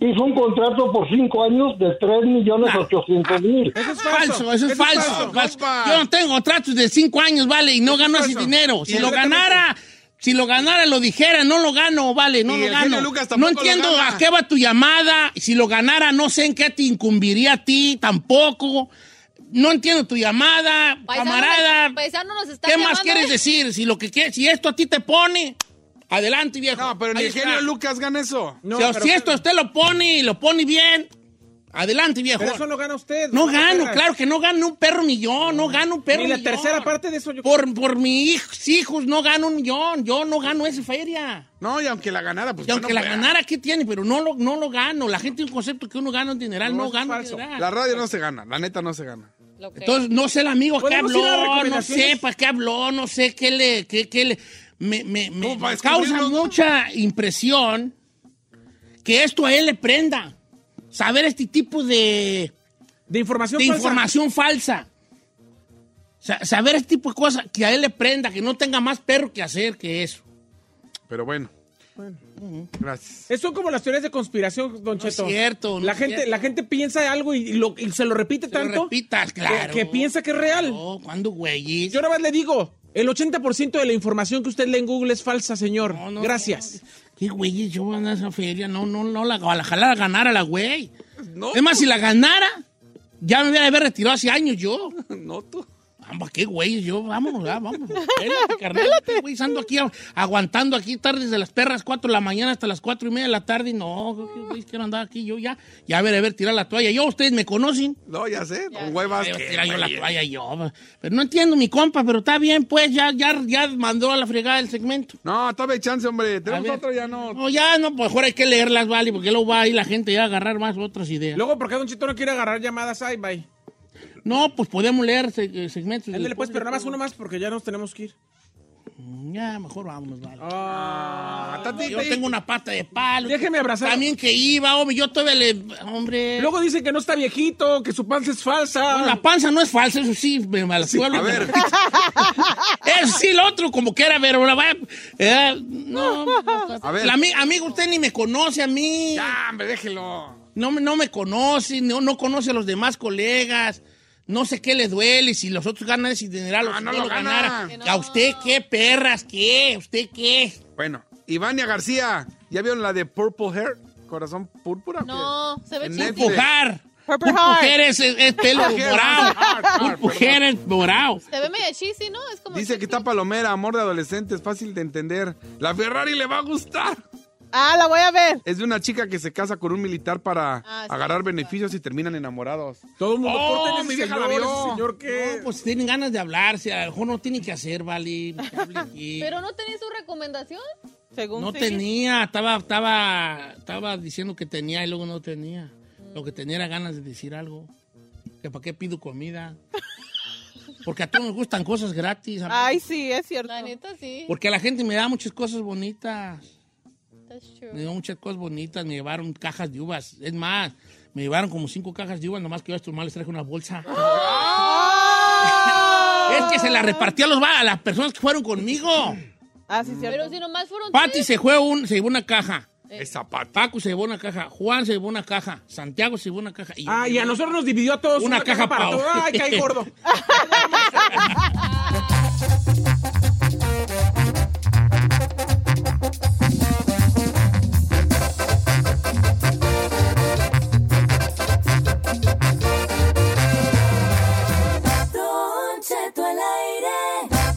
S12: hizo un contrato por cinco años de tres millones ochocientos mil.
S1: Ah, Eso es falso, eso es falso. falso. Yo no tengo tratos de cinco años, vale, y no gano ese dinero. Si
S6: Y
S1: lo
S6: exactamente.
S1: ganara, si lo ganara, lo dijera, no lo gano, vale, no
S6: Y
S1: lo
S6: el
S1: gano.
S6: genio Lucas
S1: no
S6: tampoco lo
S1: entiendo
S6: gana.
S1: a qué va tu llamada. Si lo ganara, no sé en qué te incumbiría a ti tampoco. No entiendo tu llamada,
S3: Paisano,
S1: camarada.
S3: nos- paisano nos está
S1: ¿Qué más
S3: llamando,
S1: quieres
S3: ¿eh?
S1: decir? Si lo que quieres- si esto a ti te pone, adelante, viejo. No, pero
S6: ni el genio Lucas gana eso.
S1: si, si esto usted lo pone y lo pone bien, adelante, viejo.
S4: Pero eso no gana usted.
S1: No gano,
S4: perra.
S1: claro que no gano un perro millón, no gano un perro
S4: Ni la
S1: millón.
S4: tercera parte de eso yo
S1: Por, por mis hijos, hijos no gano un millón, yo no gano esa feria.
S6: No, y aunque la ganara, pues.
S1: Y aunque
S6: bueno,
S1: la
S6: pues,
S1: ganara, ¿qué tiene? Pero no lo, no lo gano. La gente tiene un concepto que uno gana un dineral, no,
S6: es
S1: gano un
S6: falso.
S1: dineral.
S6: La radio no se gana, la neta no se gana.
S1: Entonces, no sé el amigo que
S6: ¿Podemos ir a
S1: habló, no
S6: recomendaciones?
S1: sé para qué habló, no sé qué le... Qué, qué le me me, me-
S6: Como para
S1: me causa
S6: descubrirlo, ¿no?
S1: mucha impresión que esto a él le prenda. Saber este tipo de...
S4: De información
S1: de
S4: falsa.
S1: información falsa. Sa- saber este tipo de cosas que a él le prenda, que no tenga más perro que hacer que eso.
S6: Pero bueno. Gracias.
S4: Es- Son como las teorías de conspiración, Don Cheto.
S1: es cierto, no
S4: la
S1: es
S4: gente,
S1: cierto.
S4: La gente piensa algo y, lo- y se lo repite tanto.
S1: repitas, claro.
S4: Que, que piensa que es real.
S1: No, ¿cuándo, güey?
S4: Yo nada más le digo, el 80% de la información que usted lee en Google es falsa, señor. Gracias.
S1: ¿Qué güey? Yo voy a andar a esa feria. No, no, no. La, ojalá la ganara la güey. Es más, si la ganara, ya me hubiera haber retirado hace años yo.
S4: No, tú.
S1: Vamos, qué güey, yo, vámonos, ya, vamos. Pélate, carnal, qué güey, ando aquí a- aguantando aquí tarde desde las perras 4 de la mañana hasta las 4 y media de la tarde. y No, qué güey, quiero andar aquí yo ya. Ya, a ver, a ver, tirar la toalla. Yo, ustedes me conocen.
S6: No, ya sé, con huevas.
S1: Ay,
S6: que-
S1: tira yo la toalla yo. Pero no entiendo mi compa, pero está bien, pues, ya, ya, ya mandó a la fregada el segmento.
S6: No, todavía hay chance, hombre.
S1: A
S6: Tenemos
S1: ver.
S6: otro ya no.
S1: No, ya, no, pues mejor hay que leerlas, vale, porque luego va ahí la gente ya a agarrar más otras ideas.
S4: Luego, ¿por qué Don Cheto no quiere agarrar llamadas? Ay, bye.
S1: No, pues podemos leer se- segmentos.
S4: Ándale, pues,
S1: después.
S4: pero nada más uno más porque ya nos tenemos que ir. Ah,
S1: Ya, mejor vámonos, vale. Ah,
S4: Tati,
S1: yo
S4: tati.
S1: tengo una pata de palo.
S4: Déjeme abrazar.
S1: También que iba, hombre, yo todavía le... Hombre...
S4: Luego dicen que no está viejito, que su panza es falsa.
S1: No, la panza no es falsa, eso sí, me me la pueblo.
S4: a ver.
S1: Eso sí, lo otro, como quiera, pero la vaya. eh, no.
S6: A ver.
S1: La ami- amigo, usted ni me conoce a mí.
S6: Ya, hombre, déjelo.
S1: No, me- no me conoce, no, no conoce a los demás colegas. No sé qué le duele, si los otros ganan ese dineral o si
S6: no
S1: no
S6: lo
S1: lo ganara.
S6: ganan.
S1: ¿A usted qué, perras? ¿Qué? ¿Usted qué?
S6: Bueno, Ivania García, ¿ya vieron la de Purple Hair? Corazón púrpura. Ah,
S3: No, se ve
S6: En
S3: chiste.
S6: Netflix.
S1: Pujar.
S3: Purple
S1: Purple
S3: Heart.
S1: hair es, es pelo
S6: Purple hair,
S1: morado.
S6: heart, heart,
S1: Purple hair es morado.
S3: Se ve medio cheesy, ¿no? Es como...
S6: Dice que está palomera, amor de adolescentes, fácil de entender. La Ferrari le va a gustar.
S5: Ah, la voy a ver.
S6: Es de una chica que se casa con un militar para
S5: Ah, sí,
S6: agarrar beneficios y terminan enamorados.
S4: Todo el mundo
S1: Oh,
S4: corten ese
S1: mi vieja
S4: señor,
S1: la vio.
S4: ese señor que...
S1: No, pues tienen ganas de hablarse, a lo mejor no tienen que hacer, vale. que hable aquí.
S3: ¿Pero no tenés su recomendación?
S5: Según
S1: No
S5: sí.
S1: tenía, estaba, estaba, estaba diciendo que tenía y luego no tenía. Lo que tenía era ganas de decir algo. Que para qué pido comida. Porque a todos nos gustan cosas gratis. amigo.
S5: Ay, sí, es cierto.
S3: La neta, sí.
S1: Porque la gente me da muchas cosas bonitas.
S3: That's
S1: Me
S3: true.
S1: dio muchas cosas bonitas. Me llevaron cajas de uvas. Es más, me llevaron como cinco cajas de uvas, nomás que yo a estos males traje una bolsa. Es que se la repartí a, los, va- a las personas que fueron conmigo.
S5: Ah, sí, es cierto.
S3: Pero si nomás fueron
S1: Pati
S3: tres.
S1: se fue un, se llevó una caja.
S10: Es zapato.
S1: Paco se llevó una caja, Juan se llevó una caja, Santiago se llevó una caja.
S4: Ah, y a nosotros nos dividió a todos
S1: una, caja,
S4: para
S1: Pau.
S4: todos. Ay, caí gordo.
S11: Don Cheto al aire.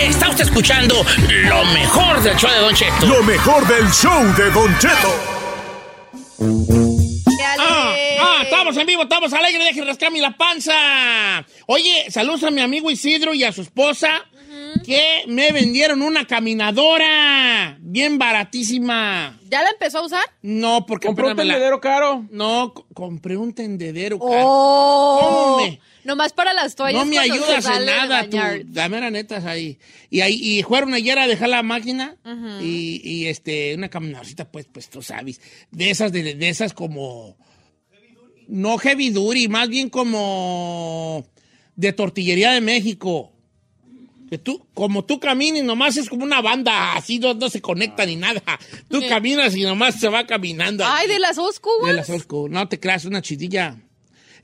S8: Está usted escuchando lo mejor del show de Don Cheto.
S9: Lo mejor del show de Don Cheto.
S1: Ah, ah, estamos en vivo, estamos alegres, dejen rascarme la panza. Oye, saludos a mi amigo Isidro y a su esposa que me vendieron una caminadora bien baratísima.
S3: ¿Ya la empezó a usar?
S1: No, porque
S4: ¿Compró un tendedero
S1: caro. No, co- compré un tendedero caro.
S3: ¡Oh!
S1: Hombre,
S3: Nomás para las toallas.
S1: no me
S3: cuando se
S1: ayudas en
S3: salen de
S1: nada, tú.
S3: bañar.
S1: La mera neta es ahí. Y ahí y fueron ayer a dejar la máquina
S3: Ujú.
S1: y, y, este una caminadorcita pues pues tú sabes, de esas de, de esas como no heavy duty, más bien como de tortillería de México. Que tú, como tú caminas, nomás es como una banda, así no, no se conecta ni nada. Tú caminas y nomás se va caminando.
S3: Ay, de las old school
S1: De
S3: ones.
S1: las old school. No te creas, una chidilla.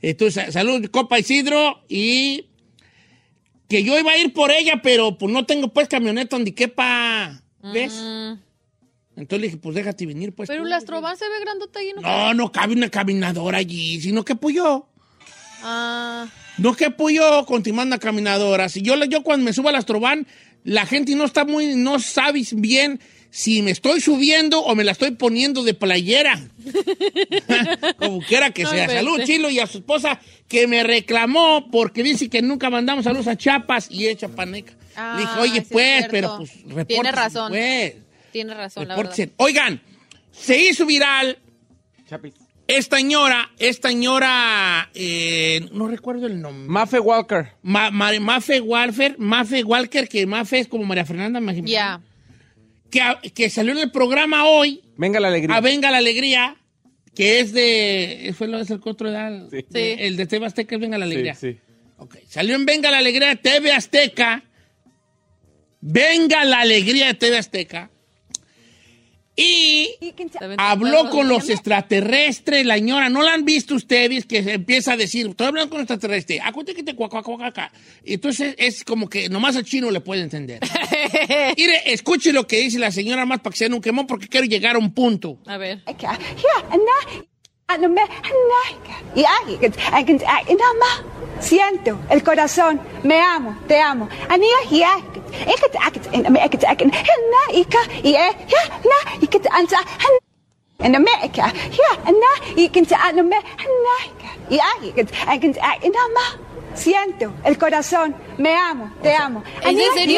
S1: Entonces, salud, copa Isidro. Y que yo iba a ir por ella, pero pues no tengo pues camioneta donde quepa. ¿Ves?
S3: Mm.
S1: Entonces le dije, pues déjate venir pues.
S3: Pero
S1: tú.
S3: la Astrovan se ve grandota y no.
S1: No, no cabe una caminadora allí, sino que pues yo.
S3: Ah.
S1: No que puyo continuando la caminadora. Si yo, le- yo cuando me subo al Astrovan, la gente no está muy, no sabes bien si me estoy subiendo o me la estoy poniendo de playera. Como quiera que
S10: No
S1: sea.
S10: inventes.
S1: Salud, Chilo, y a su esposa que me reclamó porque dice que nunca mandamos saludos a Chiapas y es chapaneca.
S3: Ah,
S1: Le dije, oye,
S3: sí es
S1: pues,
S3: cierto.
S1: pero pues
S3: Tiene
S1: repórtense,
S3: razón.
S1: pues.
S3: Tiene razón, la verdad.
S1: Repórtense. Oigan, se hizo viral esta señora, esta señora, eh, no recuerdo el nombre. Mafe Walker. Mafe Walker, Mafe Walker, que Mafe es como María Fernanda Magimel.
S3: Ya.
S1: Que, a- que salió en el programa hoy. Venga la alegría. A Venga la alegría, que es de, fue lo es el otro edad. El de TV Azteca es Venga la alegría. Salió en Venga la Alegría de TV Azteca. Venga la Alegría de TV Azteca. Y habló con los extraterrestres, la señora. ¿No la han visto ustedes? Que se empieza a decir, estoy hablando con extraterrestres. Acuérdate que te cuaca, cuaca, cuaca. Entonces es como que nomás al chino le puede entender. Mire, escuche lo que dice la señora más para que sea un quemón porque quiero llegar a un punto.
S3: A ver.
S13: Siento el corazón, me amo, te amo. Siento el corazón, me amo, te amo.
S1: Usted,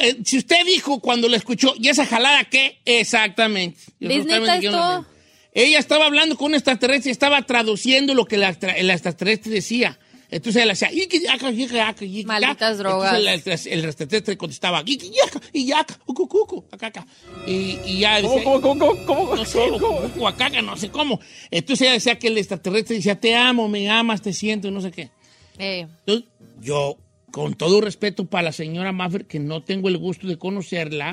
S1: eh, si usted dijo cuando lo escuchó, ¿y esa jalada qué? Exactamente. Yo creo que
S3: ¿Es neta
S1: también dijeron lo
S3: esto?
S1: mismo. Ella estaba hablando con un extraterrestre y estaba traduciendo lo que la extra- el extraterrestre decía. Entonces ella decía, "Iki, yaka, yiki, yaka, yiki, yaka".
S3: Malditas drogas.
S1: Entonces el, el extraterrestre contestaba, "Iki, yaka, y yaka, uku, cucu, acaca". Y, y ya decía,
S4: ¿Cómo,
S1: no sé, uku, cucu, acaca, no sé cómo. Entonces ella decía que el extraterrestre decía, te amo, me amas, te siento, y no sé qué.
S3: Eh.
S1: Entonces, yo, con todo respeto para la señora Maffer, que no tengo el gusto de conocerla,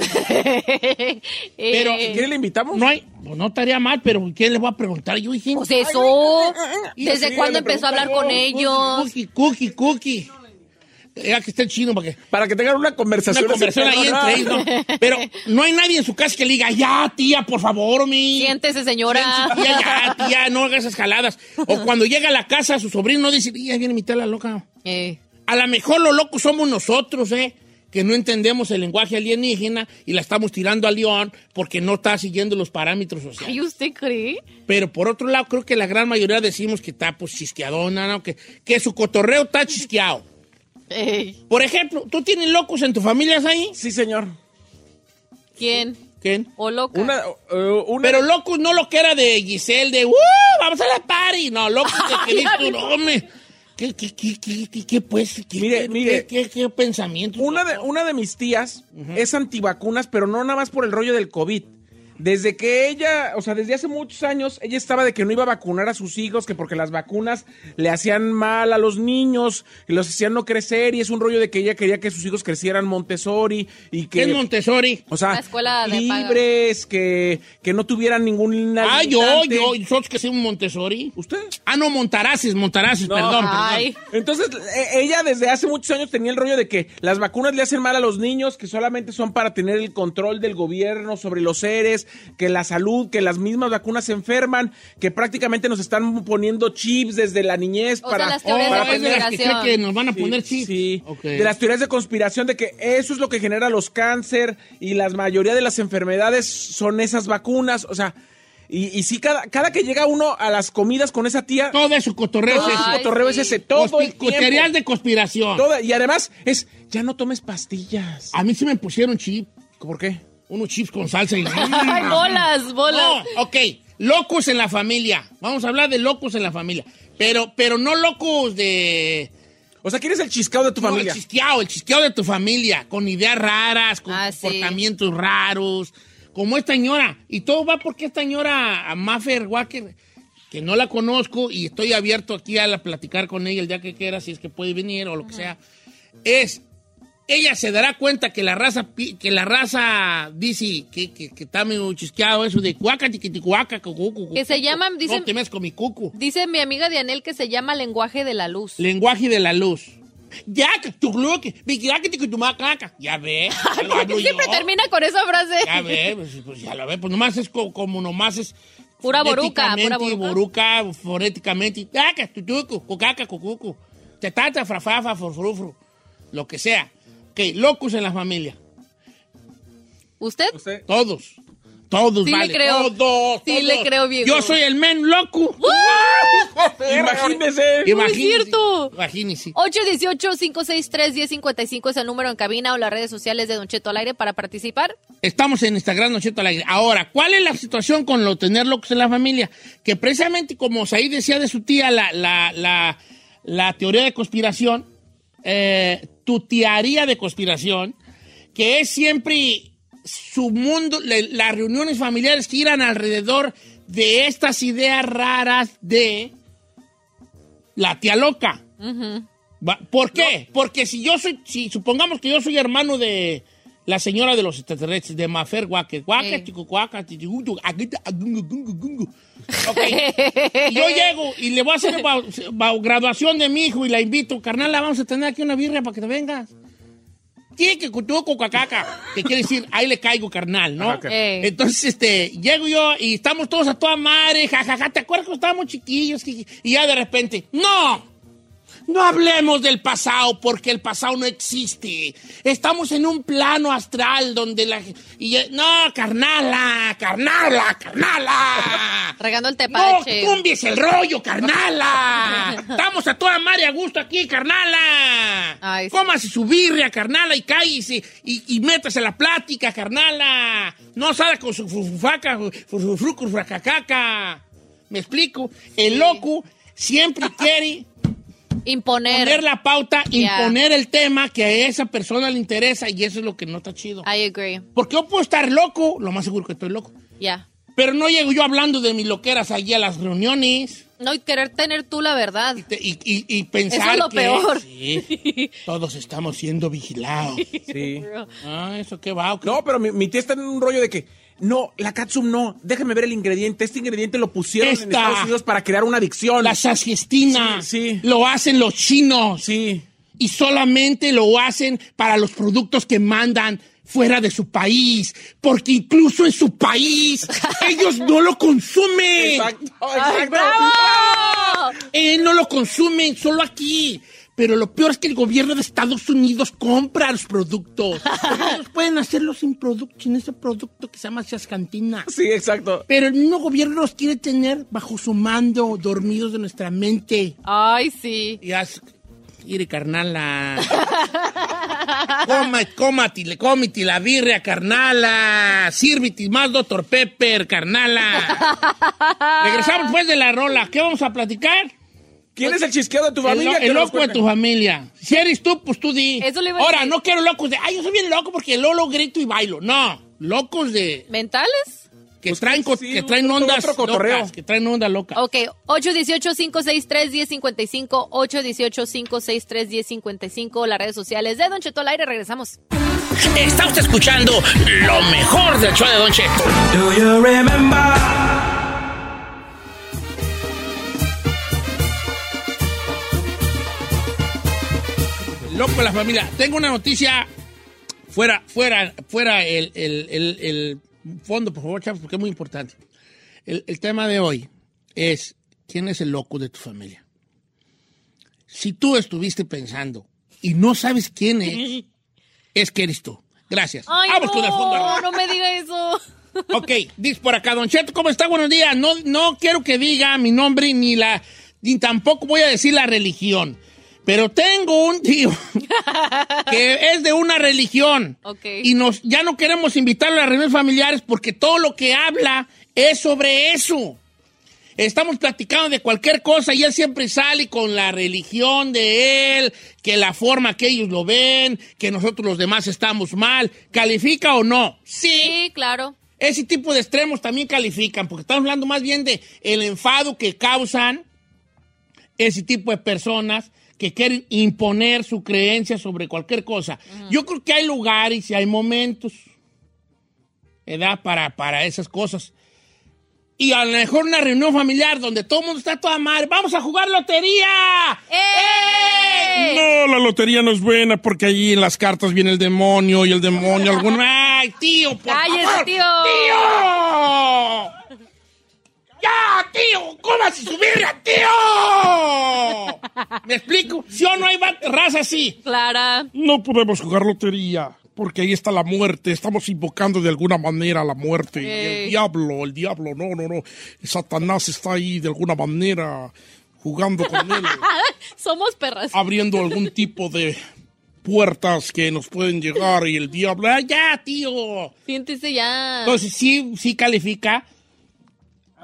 S1: pero...
S3: Eh.
S1: le invitamos? No hay, pues no estaría mal, pero ¿quién le va a preguntar? Yo dije...
S3: Pues
S6: pues,
S3: eso. ¿Desde cuándo empezó a hablar con ellos?
S1: Cookie, cookie, cookie. Era que esté chino para que...
S4: Para que tengan una conversación.
S1: Una conversación ahí entre ellos, ¿no? Pero no hay nadie en su casa que le diga, ya, tía, por favor, mi...
S3: Siéntese, señora.
S1: Tía, ya, tía, no hagas esas jaladas. O cuando llega a la casa, su sobrino no dice, ya viene mi tela loca.
S3: Eh.
S1: A lo mejor los locos somos nosotros, ¿eh? Que no entendemos el lenguaje alienígena y la estamos tirando al león porque no está siguiendo los parámetros sociales.
S3: ¿Y usted cree?
S1: Pero por otro lado, creo que la gran mayoría decimos que está pues chisqueadona, ¿no? que, que su cotorreo está chisqueado.
S3: Eh,
S1: Por ejemplo, ¿tú tienes locos en tu familia ahí?
S4: Sí, señor.
S3: ¿Quién?
S1: ¿Quién?
S3: ¿O loca?
S4: Una, eh, una-
S1: Pero locos no lo que era de Giselle, de ¡Uh! ¡Vamos a la party! No, locos de que dices tú, Ah, no, hombre, ¿Qué, qué, qué, qué, qué, qué, pues? ¿Qué,
S4: Mire,
S1: qué,
S4: mire.
S1: qué, qué, qué pensamiento?
S4: Una de, una de mis tías es antivacunas, pero no nada más por el rollo del COVID. Desde que ella, o sea, desde hace muchos años, ella estaba de que no iba a vacunar a sus hijos, que porque las vacunas le hacían mal a los niños, y los hacían no crecer, y es un rollo de que ella quería que sus hijos crecieran Montessori y que.
S1: ¿Qué es Montessori?
S4: O sea,
S3: La escuela de paga.
S4: libres, que, que no tuvieran ningún.
S1: Ah, yo,
S4: limitante.
S1: yo, nosotros que soy un Montessori.
S4: ¿Usted?
S1: Ah, no, Montaraces, Montaraces,
S4: No.
S1: perdón,
S3: Ay.
S1: perdón.
S4: Entonces, e- ella desde hace muchos años tenía el rollo de que las vacunas le hacen mal a los niños, que solamente son para tener el control del gobierno sobre los seres, que la salud, que las mismas vacunas se enferman, que prácticamente nos están poniendo chips desde la niñez
S3: O sea,
S4: para...
S3: las teorías
S4: para
S3: de
S1: es de las que cree
S3: Conspiración.
S1: que nos van a poner
S4: Sí,
S1: chips.
S4: sí.
S1: Ok.
S4: De las teorías de conspiración de que eso es lo que genera los cáncer y la mayoría de las enfermedades son esas vacunas, o sea... Y, y sí, cada, cada que llega uno a las comidas con esa tía,
S1: Todo es su cotorreo.
S4: todo
S1: es
S4: ese
S1: eso.
S3: Ay,
S4: cotorreo
S3: sí.
S4: es ese, todo el
S1: Cospi-
S4: tiempo.
S1: teorías de conspiración.
S4: Toda- y además es, ya no tomes pastillas.
S1: A mí sí me pusieron chip,
S4: ¿Por qué?
S1: unos chips con salsa y...
S3: Ay, bolas, bolas.
S1: No, ok. Locos en la familia. Vamos a hablar de locos en la familia. Pero, pero no locos de.
S4: O sea, ¿quieres el chiscado de tu
S1: no,
S4: familia?
S1: el chisqueado, el chisqueado de tu familia. Con ideas raras, con
S3: Ah, sí.
S1: comportamientos raros. Como esta señora. Y todo va porque esta señora a Maffer Wacker, que no la conozco y estoy abierto aquí a la- platicar con ella el día que quiera, si es que puede venir o lo que sea. Es. Ella se dará cuenta que la raza, pi- que la raza dice que, que, que está medio chisqueado eso de cuaca, tiquiticuaca, cucu, cucu.
S3: Que se llaman, dicen-
S1: No te metas con mi cucu.
S3: Dice mi amiga Dianel que se llama lenguaje de la luz.
S1: Lenguaje de la luz. Ya, que tu glu- que- mi que- que- que tu macaca. Ya ve. ya lo hablo
S3: Porque siempre
S1: Ah, yo.
S3: termina con esa frase.
S1: Ya ve, pues, pues ya lo ve. Pues nomás es co- como, nomás es.
S3: Pura boruca, pura
S1: fonéticamente, boruca. fonéticamente. Ya, que tu tucu, cucaca, cucucu. Te tata, frafafa, forfrufru. Lo que sea. Ok, locos en la familia.
S3: ¿Usted?
S4: Usted-
S1: Todos. Todos,
S3: Sí le
S1: vale.
S3: creo.
S1: Todos.
S3: Sí
S1: todos.
S3: le creo, ¡Uh! viejo.
S1: Yo soy el men loco.
S4: Imagínese.
S1: Imagínese.
S3: cierto.
S1: Imagínese.
S3: 818-563-1055 es el número en cabina o las redes sociales de Don Cheto al aire para participar.
S1: Estamos en Instagram, Don Cheto al aire. Ahora, ¿cuál es la situación con lo tener locos en la familia? Que precisamente como Saí decía de su tía, la, la, la, la teoría de conspiración, eh, tu tiaría de conspiración, que es siempre su mundo, le- las reuniones familiares giran alrededor de estas ideas raras de la tía loca. Va- ¿Por qué? Porque si yo soy, si supongamos que yo soy hermano de la señora de los extraterrestres, de Mafer Wacker, Wacker,
S3: Ey.
S1: chico, Wacker, chichigundu, aguita, agungu, gungu, gungu. Ok. Y yo llego y le voy a hacer ba- ba- graduación de mi hijo y la invito, carnal, la vamos a tener aquí una birria para que te vengas. Tiene que cutuco, cacaca. Que quiere decir, ahí le caigo, carnal, ¿no?
S4: Ajá, ok.
S3: Ey.
S1: Entonces, este, llego yo y estamos todos a toda madre, jajaja, ¿te acuerdas cuando estábamos chiquillos? Y ya de repente, ¡no! No hablemos del pasado porque el pasado no existe. Estamos en un plano astral donde la... Y, ya- no, carnala, carnala, carnala.
S3: Regando el
S1: No,
S3: tepache.
S1: cumbies el rollo, carnala. Estamos a toda madre a gusto aquí, carnala.
S3: Ay, sí.
S1: Cómase su birria, carnala, y cállese y, y métase a la plática, carnala. No salga con su fufaca, fracacaca. Me explico. El loco siempre quiere
S3: Imponer.
S1: poner la pauta,
S3: Ya.
S1: imponer el tema que a esa persona le interesa y eso es lo que no está chido.
S3: I agree.
S1: Porque yo puedo estar loco, lo más seguro que estoy loco,
S3: Ya.
S1: pero no llego yo hablando de mis loqueras allí a las reuniones
S3: No, y querer tener tú la verdad.
S1: y, te- y- y- y pensar
S3: Eso es lo
S1: que
S3: peor.
S1: sí, todos estamos siendo vigilados.
S4: Sí.
S1: Ah, eso qué va. ¿o qué?
S4: No, pero mi, mi tía está en un rollo de que, no, la katsup no, déjame ver el ingrediente. Este ingrediente lo pusieron en
S1: Esta.
S4: Estados Unidos para crear una adicción.
S1: la saciestina
S4: Sí, sí.
S1: lo hacen los chinos.
S4: Sí.
S1: y solamente lo hacen para los productos que mandan fuera de su país, porque incluso en su país ellos no lo consumen.
S4: exacto.
S1: Eh, no lo consumen, solo aquí. Pero lo peor es que el gobierno de Estados Unidos compra los productos. Ellos pueden hacerlo sin producto, sin ese producto que se llama chascantina.
S4: Sí, exacto.
S1: Pero el mismo gobierno los quiere tener bajo su mando, dormidos de nuestra mente.
S14: Ay, sí.
S1: Y haz- Mire, carnala. Coma, cómati, le cómiti la birria, carnala. Sírviti más Dr. Pepper, carnala. Regresamos pues de la rola. ¿Qué vamos a platicar?
S4: ¿Quién es el chisqueado de tu familia?
S1: El,
S4: Que nos
S1: loco de
S4: cuente.
S1: tu familia. Si eres tú, pues tú di.
S4: Eso le iba a
S1: Ahora,
S4: decir.
S1: no quiero locos de. Ay, yo soy bien loco porque lolo grito y bailo. No, locos de.
S14: ¿Mentales?
S1: Que
S4: Pues
S1: traen, co- que traen
S4: otro-
S1: ondas
S4: otro cotorreo.
S1: locas, que traen onda loca.
S14: Ok, 818-563-1055, 818-563-1055, las redes sociales de Don Cheto al aire, regresamos.
S8: Está usted escuchando lo mejor del show de Don Cheto.
S2: Do you remember?
S1: Loco de la familia. Tengo una noticia fuera, fuera, fuera el, el- el- el fondo, por favor, chavos, porque es muy importante. El, el tema de hoy es quién es el loco de tu familia. Si tú estuviste pensando y no sabes quién es, es que eres tú. Gracias.
S14: Ay,
S1: Vamos
S14: no,
S1: con el fondo.
S14: no me diga eso.
S1: Ok, dice por acá, Don Cheto, ¿cómo está? Buenos días. No, no quiero que diga mi nombre ni la, ni tampoco voy a decir la religión. Pero tengo un tío que es de una religión.
S14: Ok.
S1: Y nos, ya no queremos invitarlo a las reuniones familiares porque todo lo que habla es sobre eso. Estamos platicando de cualquier cosa y él siempre sale con la religión de él, que la forma que ellos lo ven, que nosotros los demás estamos mal. ¿Califica o no?
S14: Sí, claro.
S1: Ese tipo de extremos también califican, porque estamos hablando más bien de el enfado que causan ese tipo de personas que quieren imponer su creencia sobre cualquier cosa. Yo creo que hay lugares y hay momentos, ¿verdad? Para, para esas cosas. Y a lo mejor una reunión familiar donde todo el mundo está toda madre. ¡Vamos a jugar lotería! ¡Eh!
S15: No, la lotería no es buena porque ahí en las cartas viene el demonio y el demonio alguno.
S1: ¡Ay, tío! Por
S14: ¡Cállese,
S1: favor!
S14: tío!
S1: ¡Tío! ¡Ya, tío! ¿Cómo vas a subir a tío? ¿Me explico? Si o no hay va- raza así.
S14: Clara.
S15: No podemos jugar lotería porque ahí está la muerte. Estamos invocando de alguna manera a la muerte.
S14: Ey.
S15: El diablo, el diablo, no, no, no. Satanás está ahí de alguna manera jugando con él,
S14: Somos perras.
S15: abriendo algún tipo de puertas que nos pueden llegar y el diablo. ¡Ay, ya, tío!
S14: Ah. Siéntese ya.
S1: Entonces, sí, sí califica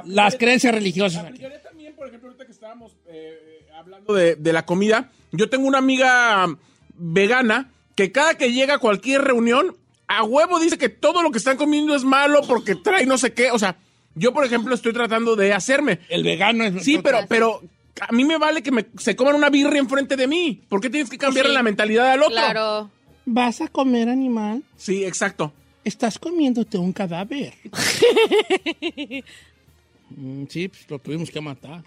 S1: las creencias religiosas.
S4: hablando de, de la comida, yo tengo una amiga vegana que cada que llega a cualquier reunión, a huevo dice que todo lo que están comiendo es malo porque trae no sé qué. O sea, yo, por ejemplo, estoy tratando de hacerme.
S1: El vegano es...
S4: Sí, pero, pero a mí me vale que me- se coman una birria enfrente de mí. ¿Por qué tienes que cambiarle
S1: Sí.
S4: la mentalidad al otro?
S14: Claro.
S1: ¿Vas a comer animal?
S4: Sí, exacto.
S1: Estás comiéndote un cadáver. Mm, sí, pues lo tuvimos que matar.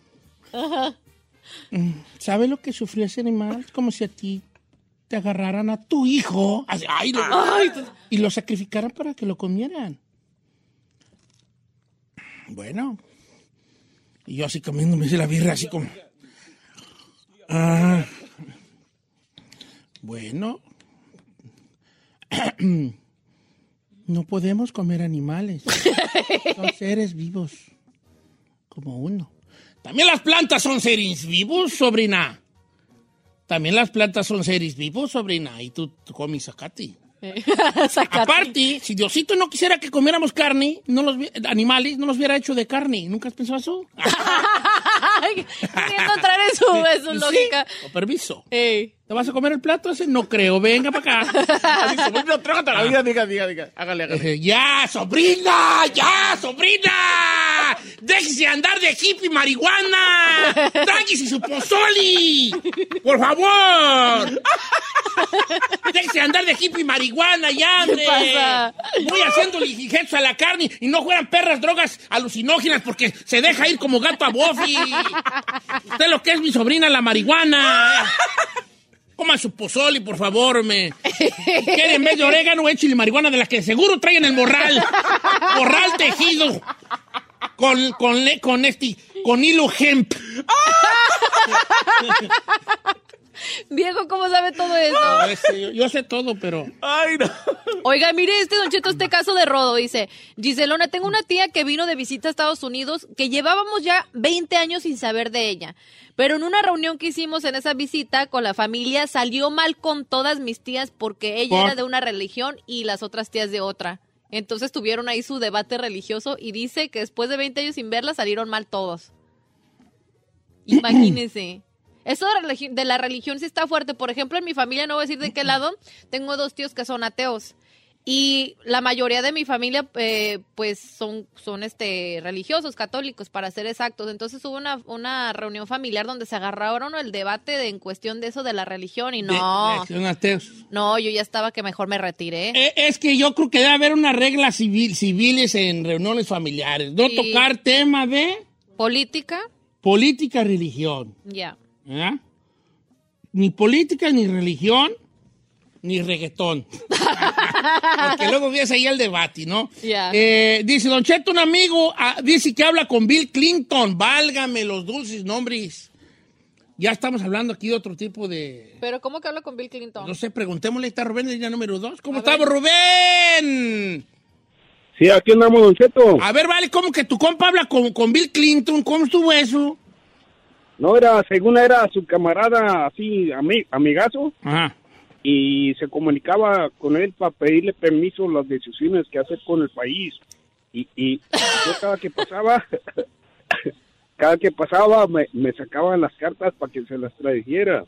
S1: ¿Sabes Mm, lo que sufrió ese animal? Es como si a ti te agarraran a tu hijo así, ay, lo- y lo sacrificaran para que lo comieran. Bueno. Y yo así comiéndome así la birra, así como... Ah. bueno. No podemos comer animales. Son seres vivos. Como uno. También las plantas son seres vivos, sobrina. También las plantas son seres vivos, sobrina. Y tú, tú comes zacate. Aparte, si Diosito no quisiera que comiéramos carne, no los vi- animales, no los hubiera hecho de carne. ¿Nunca has pensado eso?
S14: Queriendo entrar en su, en su
S1: Sí,
S14: lógica.
S1: Con permiso.
S14: Ey.
S1: ¿Te vas a comer el plato ese? No creo. Venga para acá.
S4: No, trágate la vida, diga, diga, diga. Hágale, hágale.
S1: Eh, Ah. ¡Ya, sobrina! ¡Ya, sobrina! ¡Déjese andar de hippie marihuana! ¡Tráguese su pozoli! ¡Por favor! ¡Déjese andar de hippie marihuana ya, hombre!
S14: pasa?
S1: Voy haciendo ligeros a la carne y no fueran perras drogas alucinógenas porque se deja ir como gato a Buffy. Usted lo que es mi sobrina, la marihuana. Coma su pozole, por favor, me. Quiere en vez de orégano, échale marihuana de la que seguro traen el morral. Morral tejido. Con, con, le- con este, con hilo hemp.
S3: Viejo, ¿cómo sabe todo
S1: No,
S3: eso?
S1: es- yo, yo sé todo, pero.
S4: Ay, no.
S3: Oiga, mire este Don Cheto, este caso de Rodo, dice, Giselona, tengo una tía que vino de visita a Estados Unidos que llevábamos ya 20 años sin saber de ella, pero en una reunión que hicimos en esa visita con la familia salió mal con todas mis tías porque ella
S1: ¿Por?
S3: era de una religión y las otras tías de otra. Entonces tuvieron ahí su debate religioso y dice que después de 20 años sin verla salieron mal todos. Imagínense. Eso de, religi- de la religión sí está fuerte. Por ejemplo, en mi familia, no voy a decir de qué lado, tengo dos tíos que son ateos. Y la mayoría de mi familia, eh, pues, son, son este, religiosos, católicos, para ser exactos. Entonces hubo una, una reunión familiar donde se agarraron el debate de- en cuestión de eso de la religión. Y no,
S1: De- de- son ateos.
S3: no, yo ya estaba que mejor me retiré.
S1: Eh, Es que yo creo que debe haber unas reglas civil, civiles en reuniones familiares. No
S3: Sí.
S1: tocar tema de
S3: ¿Política?
S1: política, religión.
S3: Ya.
S1: ¿verdad? Ni política, ni religión, ni reggaetón. Porque luego ves ahí el debate, ¿no?
S3: Ya.
S1: Eh, dice, Don Cheto, un amigo, ah, dice que habla con Bill Clinton. Válgame los dulces nombres. Ya estamos hablando aquí de otro tipo de...
S3: Pero ¿cómo que hablo con Bill Clinton?
S1: No sé, preguntémosle, ahí está Rubén, en línea número dos. ¿Cómo estamos, Rubén?
S10: Sí, aquí andamos, Don Cheto.
S1: A ver, vale, ¿cómo que tu compa habla con, con Bill Clinton? ¿Cómo estuvo eso?
S10: No era, según era su camarada, así, ami- amigazo. Y se comunicaba con él para pedirle permiso a las decisiones que hacer con el país. Y, y yo cada que pasaba, cada que pasaba me, me sacaban las cartas para que se las trajera.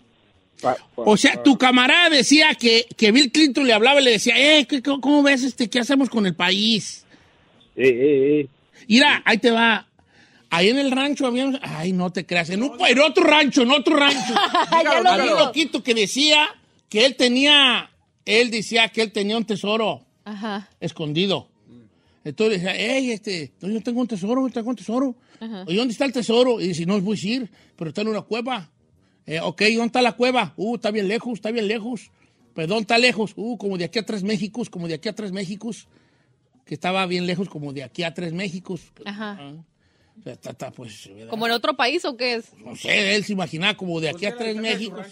S10: Pa- pa-
S1: O sea,
S10: pa-
S1: tu camarada decía que, que Bill Clinton le hablaba y le decía, eh, ¿qué- qué- ¿cómo ves este? ¿Qué hacemos con el país?
S10: Eh, eh, eh.
S1: Mira, ahí te va. Ahí en el rancho habíamos... Ay, no te creas. En, un, en otro rancho, en otro rancho.
S3: Ya lo
S1: había un
S3: dijo.
S1: loquito que decía que él tenía... Él decía que él tenía un tesoro.
S3: Ajá.
S1: escondido. Entonces decía, hey, este, yo tengo un tesoro, yo tengo un tesoro.
S3: Ajá.
S1: ¿Y dónde está el tesoro? Y dice, no os voy a decir, pero está en una cueva. Eh, ok, ¿dónde está la cueva? Uh, está bien lejos, está bien lejos. Perdón, está lejos. Uh, como de aquí a tres Méxicos, como de aquí a tres Méxicos. Que estaba bien lejos, como de aquí a tres Méxicos.
S3: Ajá.
S1: Ah. O sea, está, está, pues, ¿verdad?
S3: ¿Como en otro país o qué es?
S1: no sé, él se imaginaba como de
S3: Pues
S1: aquí a tres Méxicos.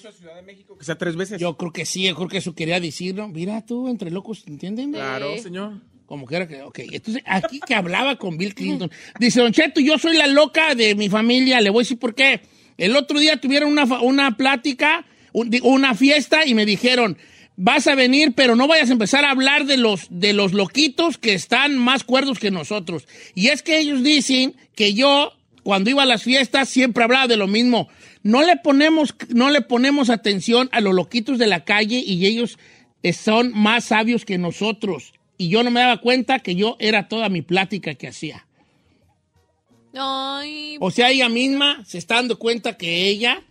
S4: O sea, tres veces.
S1: Yo creo que sí, yo creo que eso quería decir, ¿no? Mira tú, entre locos, ¿entienden?
S4: Claro, Sí. señor.
S1: Como que era que, ok. Entonces, aquí que hablaba con Bill Clinton. Dice, Don Cheto, yo soy la loca de mi familia, le voy a decir por qué. El otro día tuvieron una, fa- una plática, un- di- una fiesta, y me dijeron, vas a venir, pero no vayas a empezar a hablar de los, de los loquitos que están más cuerdos que nosotros. Y es que ellos dicen que yo cuando iba a las fiestas siempre hablaba de lo mismo. No le ponemos, no le ponemos atención a los loquitos de la calle y ellos eh, son más sabios que nosotros. Y yo no me daba cuenta que yo era toda mi plática que hacía.
S3: Ay,
S1: O sea, ella misma se está dando cuenta que ella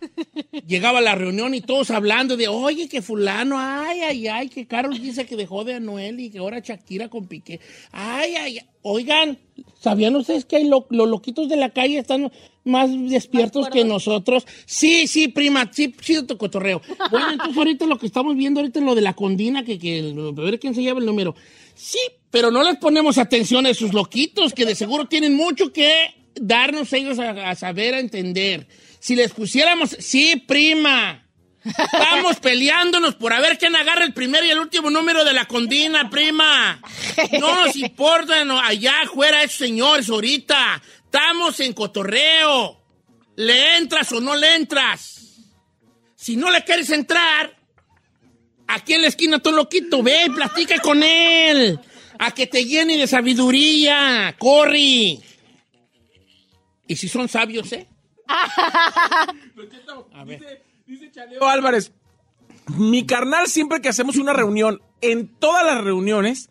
S1: llegaba a la reunión y todos hablando de, oye, que fulano, ay, ay, ay, que Carol dice que dejó de Anuel y que ahora Shakira con Piqué. Ay, ay, ay. oigan, ¿sabían ustedes que lo- los loquitos de la calle están más despiertos que nosotros? Sí, sí, prima, sí, sí, tu cotorreo. Bueno, entonces ahorita lo que estamos viendo ahorita es lo de la condina, que, que el- a ver quién se lleva el número. Sí, pero no les ponemos atención a esos loquitos que de seguro tienen mucho que darnos ellos a, a saber, a entender. Si les pusiéramos, sí, prima. Estamos peleándonos por a ver quién agarra el primer y el último número de la condina, prima. No nos importan allá afuera esos señores ahorita. Estamos en cotorreo. ¿Le entras o no le entras? Si no le quieres entrar, aquí en la esquina todo loquito, ve y platica con él. A que te llene de sabiduría, corre. Y si son sabios, ¿eh? A ver.
S4: Leo Álvarez, mi carnal siempre que hacemos una reunión, en todas las reuniones,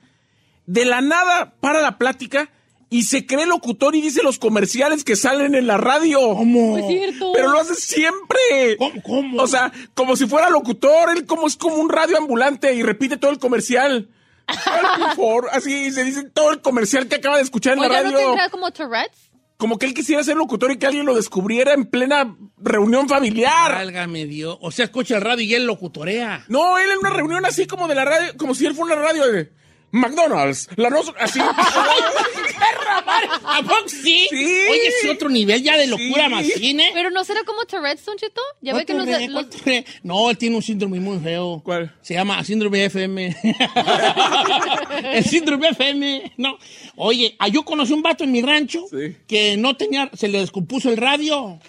S4: de la nada para la plática y se cree locutor y dice los comerciales que salen en la radio.
S1: ¿Cómo?
S3: cierto.
S4: Pero lo hace siempre.
S1: ¿Cómo,
S4: O sea, como si fuera locutor, él como es como un radio ambulante y repite todo el comercial. Ay, por favor, así se dice todo el comercial que acaba de escuchar en la
S3: Oiga, pues ¿no
S4: radio.
S3: tendrás como Tourette's?
S4: Como que él quisiera ser locutor y que alguien lo descubriera en plena reunión familiar.
S1: Válgame Dios. O sea, escucha el radio y él locutorea.
S4: No, él en una reunión así como de la radio, como si él fuera una radio de McDonald's, la no así.
S1: ¿A poco sí? Oye, es otro nivel ya de locura
S4: Sí.
S1: masine.
S3: Pero no será como Tourette's, Don Cheto. Ya ve que los,
S1: Cuatro re-
S3: los-
S1: cuatro re- No, él tiene un síndrome muy feo. ¿Cuál? Se llama síndrome FM. el síndrome FM. No. Oye, ah, yo conocí un vato en mi rancho que no tenía, se le descompuso el radio.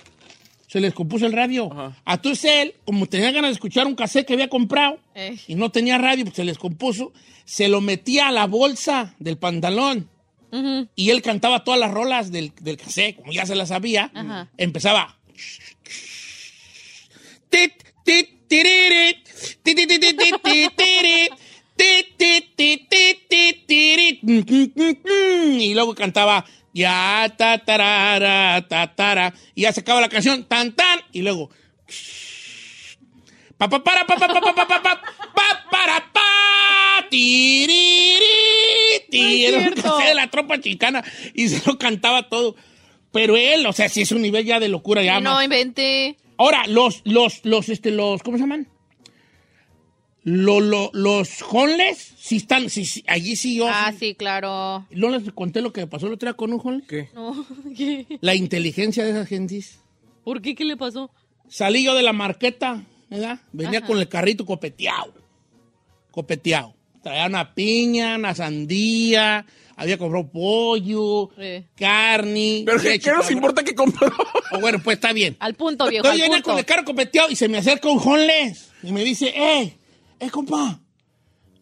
S1: Se le descompuso el radio. A Entonces él, como tenía ganas de escuchar un cassette que había comprado
S5: Eh.
S3: Ey.
S1: y no tenía radio, pues se le descompuso, se lo metía a la bolsa del pantalón.
S3: Ujú.
S1: Y él cantaba todas las rolas del, del cassette, como ya se las sabía.
S3: Ajá.
S1: Empezaba. Tit, tit, tiririt. Tit, tit, tit, tit, tit, tiririt. Tit, tit, tit, tit, tit, tirit. Mm, mm, mm, mm. Y luego cantaba. Ya, ta, tarara, ta, tara. Y ya se acaba la canción. Tan, tan. Y luego. Pa, pa, para, pa, pa, pa, pa, pa, pa, pa, pa, para, pa, tiriri,
S3: No
S1: ti.
S3: es
S1: Era un
S3: cierto.
S1: cassette de la tropa chicana y se lo cantaba todo. Pero él, o sea, sí es un nivel ya de locura ya.
S3: Que no
S1: más.
S3: inventé.
S1: Ahora, los, los, los, este, los, ¿cómo se llaman? Lo- lo- los homeless, sí están, sí, sí, allí sí yo.
S3: Ah, sí, claro.
S1: No les conté lo que pasó el otro día con un homeless.
S3: No, ¿qué?
S1: La inteligencia de esas gentes.
S3: ¿Por qué? ¿Qué le pasó?
S1: Salí yo de la marqueta, ¿verdad? Venía
S3: Ajá.
S1: con el carrito copeteado. Copeteado. Traía una piña, una sandía, había comprado pollo,
S3: Eh.
S1: carne.
S4: Pero ¿qué- qué nos
S1: importa que compró? O bueno, pues está bien.
S3: Al punto, viejo.
S1: Entonces yo
S3: al
S1: venía
S3: punto.
S1: con el carro copeteado y se me acerca un homeless y me dice, eh, eh, compa,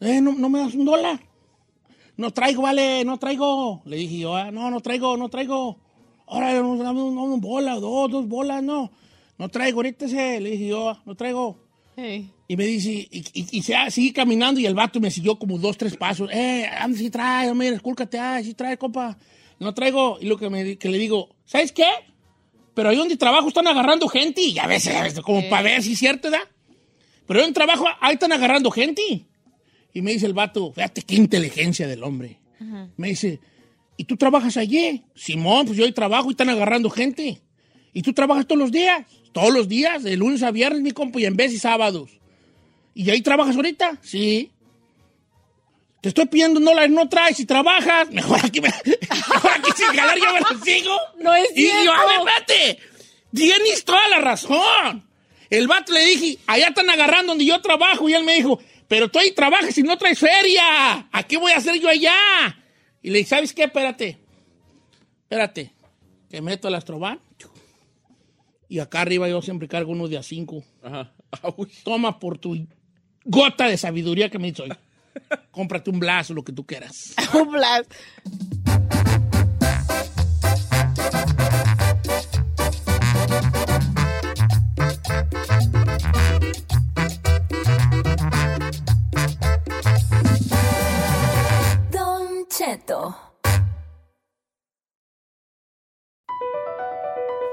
S1: eh, no, no me das un dólar. No traigo, vale, no traigo. Le dije yo, ah, no, no traigo, no traigo. Ahora no, dame un- dame un bola, dos, dos bolas, no. No traigo, ahorita se, le dije yo, ah, no traigo.
S3: Ey.
S1: Y me dice, y, y- y se ah, sigue caminando y el vato me siguió como dos, tres pasos. Eh, anda, sí trae, mira, escúlcate, ah, sí trae, compa. No traigo. Y lo que, me, di- que le digo, ¿sabes qué? Pero ahí donde trabajo están agarrando gente y a veces, a veces, como
S3: Eh.
S1: para ver si es cierto, ¿verdad? Pero ahí donde trabajo, ahí están agarrando gente. Y me dice el vato, fíjate qué inteligencia del hombre.
S3: Ajá.
S1: Me dice, ¿y tú trabajas allí? Simón, pues yo hoy trabajo y están agarrando gente. ¿Y tú trabajas todos los días? Todos los días, de lunes a viernes, mi compa, y en vez y sábados. ¿Y ahí trabajas ahorita? Sí. Te estoy pidiendo no dólar, no traes, si trabajas, mejor aquí, me, mejor aquí sin ganar yo me lo sigo.
S3: No es
S1: Y yo, a ver,
S3: cierto.
S1: espérate, tienes toda la razón. El vato le dije, allá están agarrando donde yo trabajo, y él me dijo, pero tú ahí trabajas y no traes feria, ¿a qué voy a hacer yo allá? Y le dije, ¿sabes qué? Espérate, espérate, que meto el astroban. Y acá arriba yo siempre cargo uno de a cinco. Toma por tu gota de sabiduría que me hizo hoy. Cómprate un blazo, lo que tú quieras.
S12: Un blast.
S16: Don Cheto.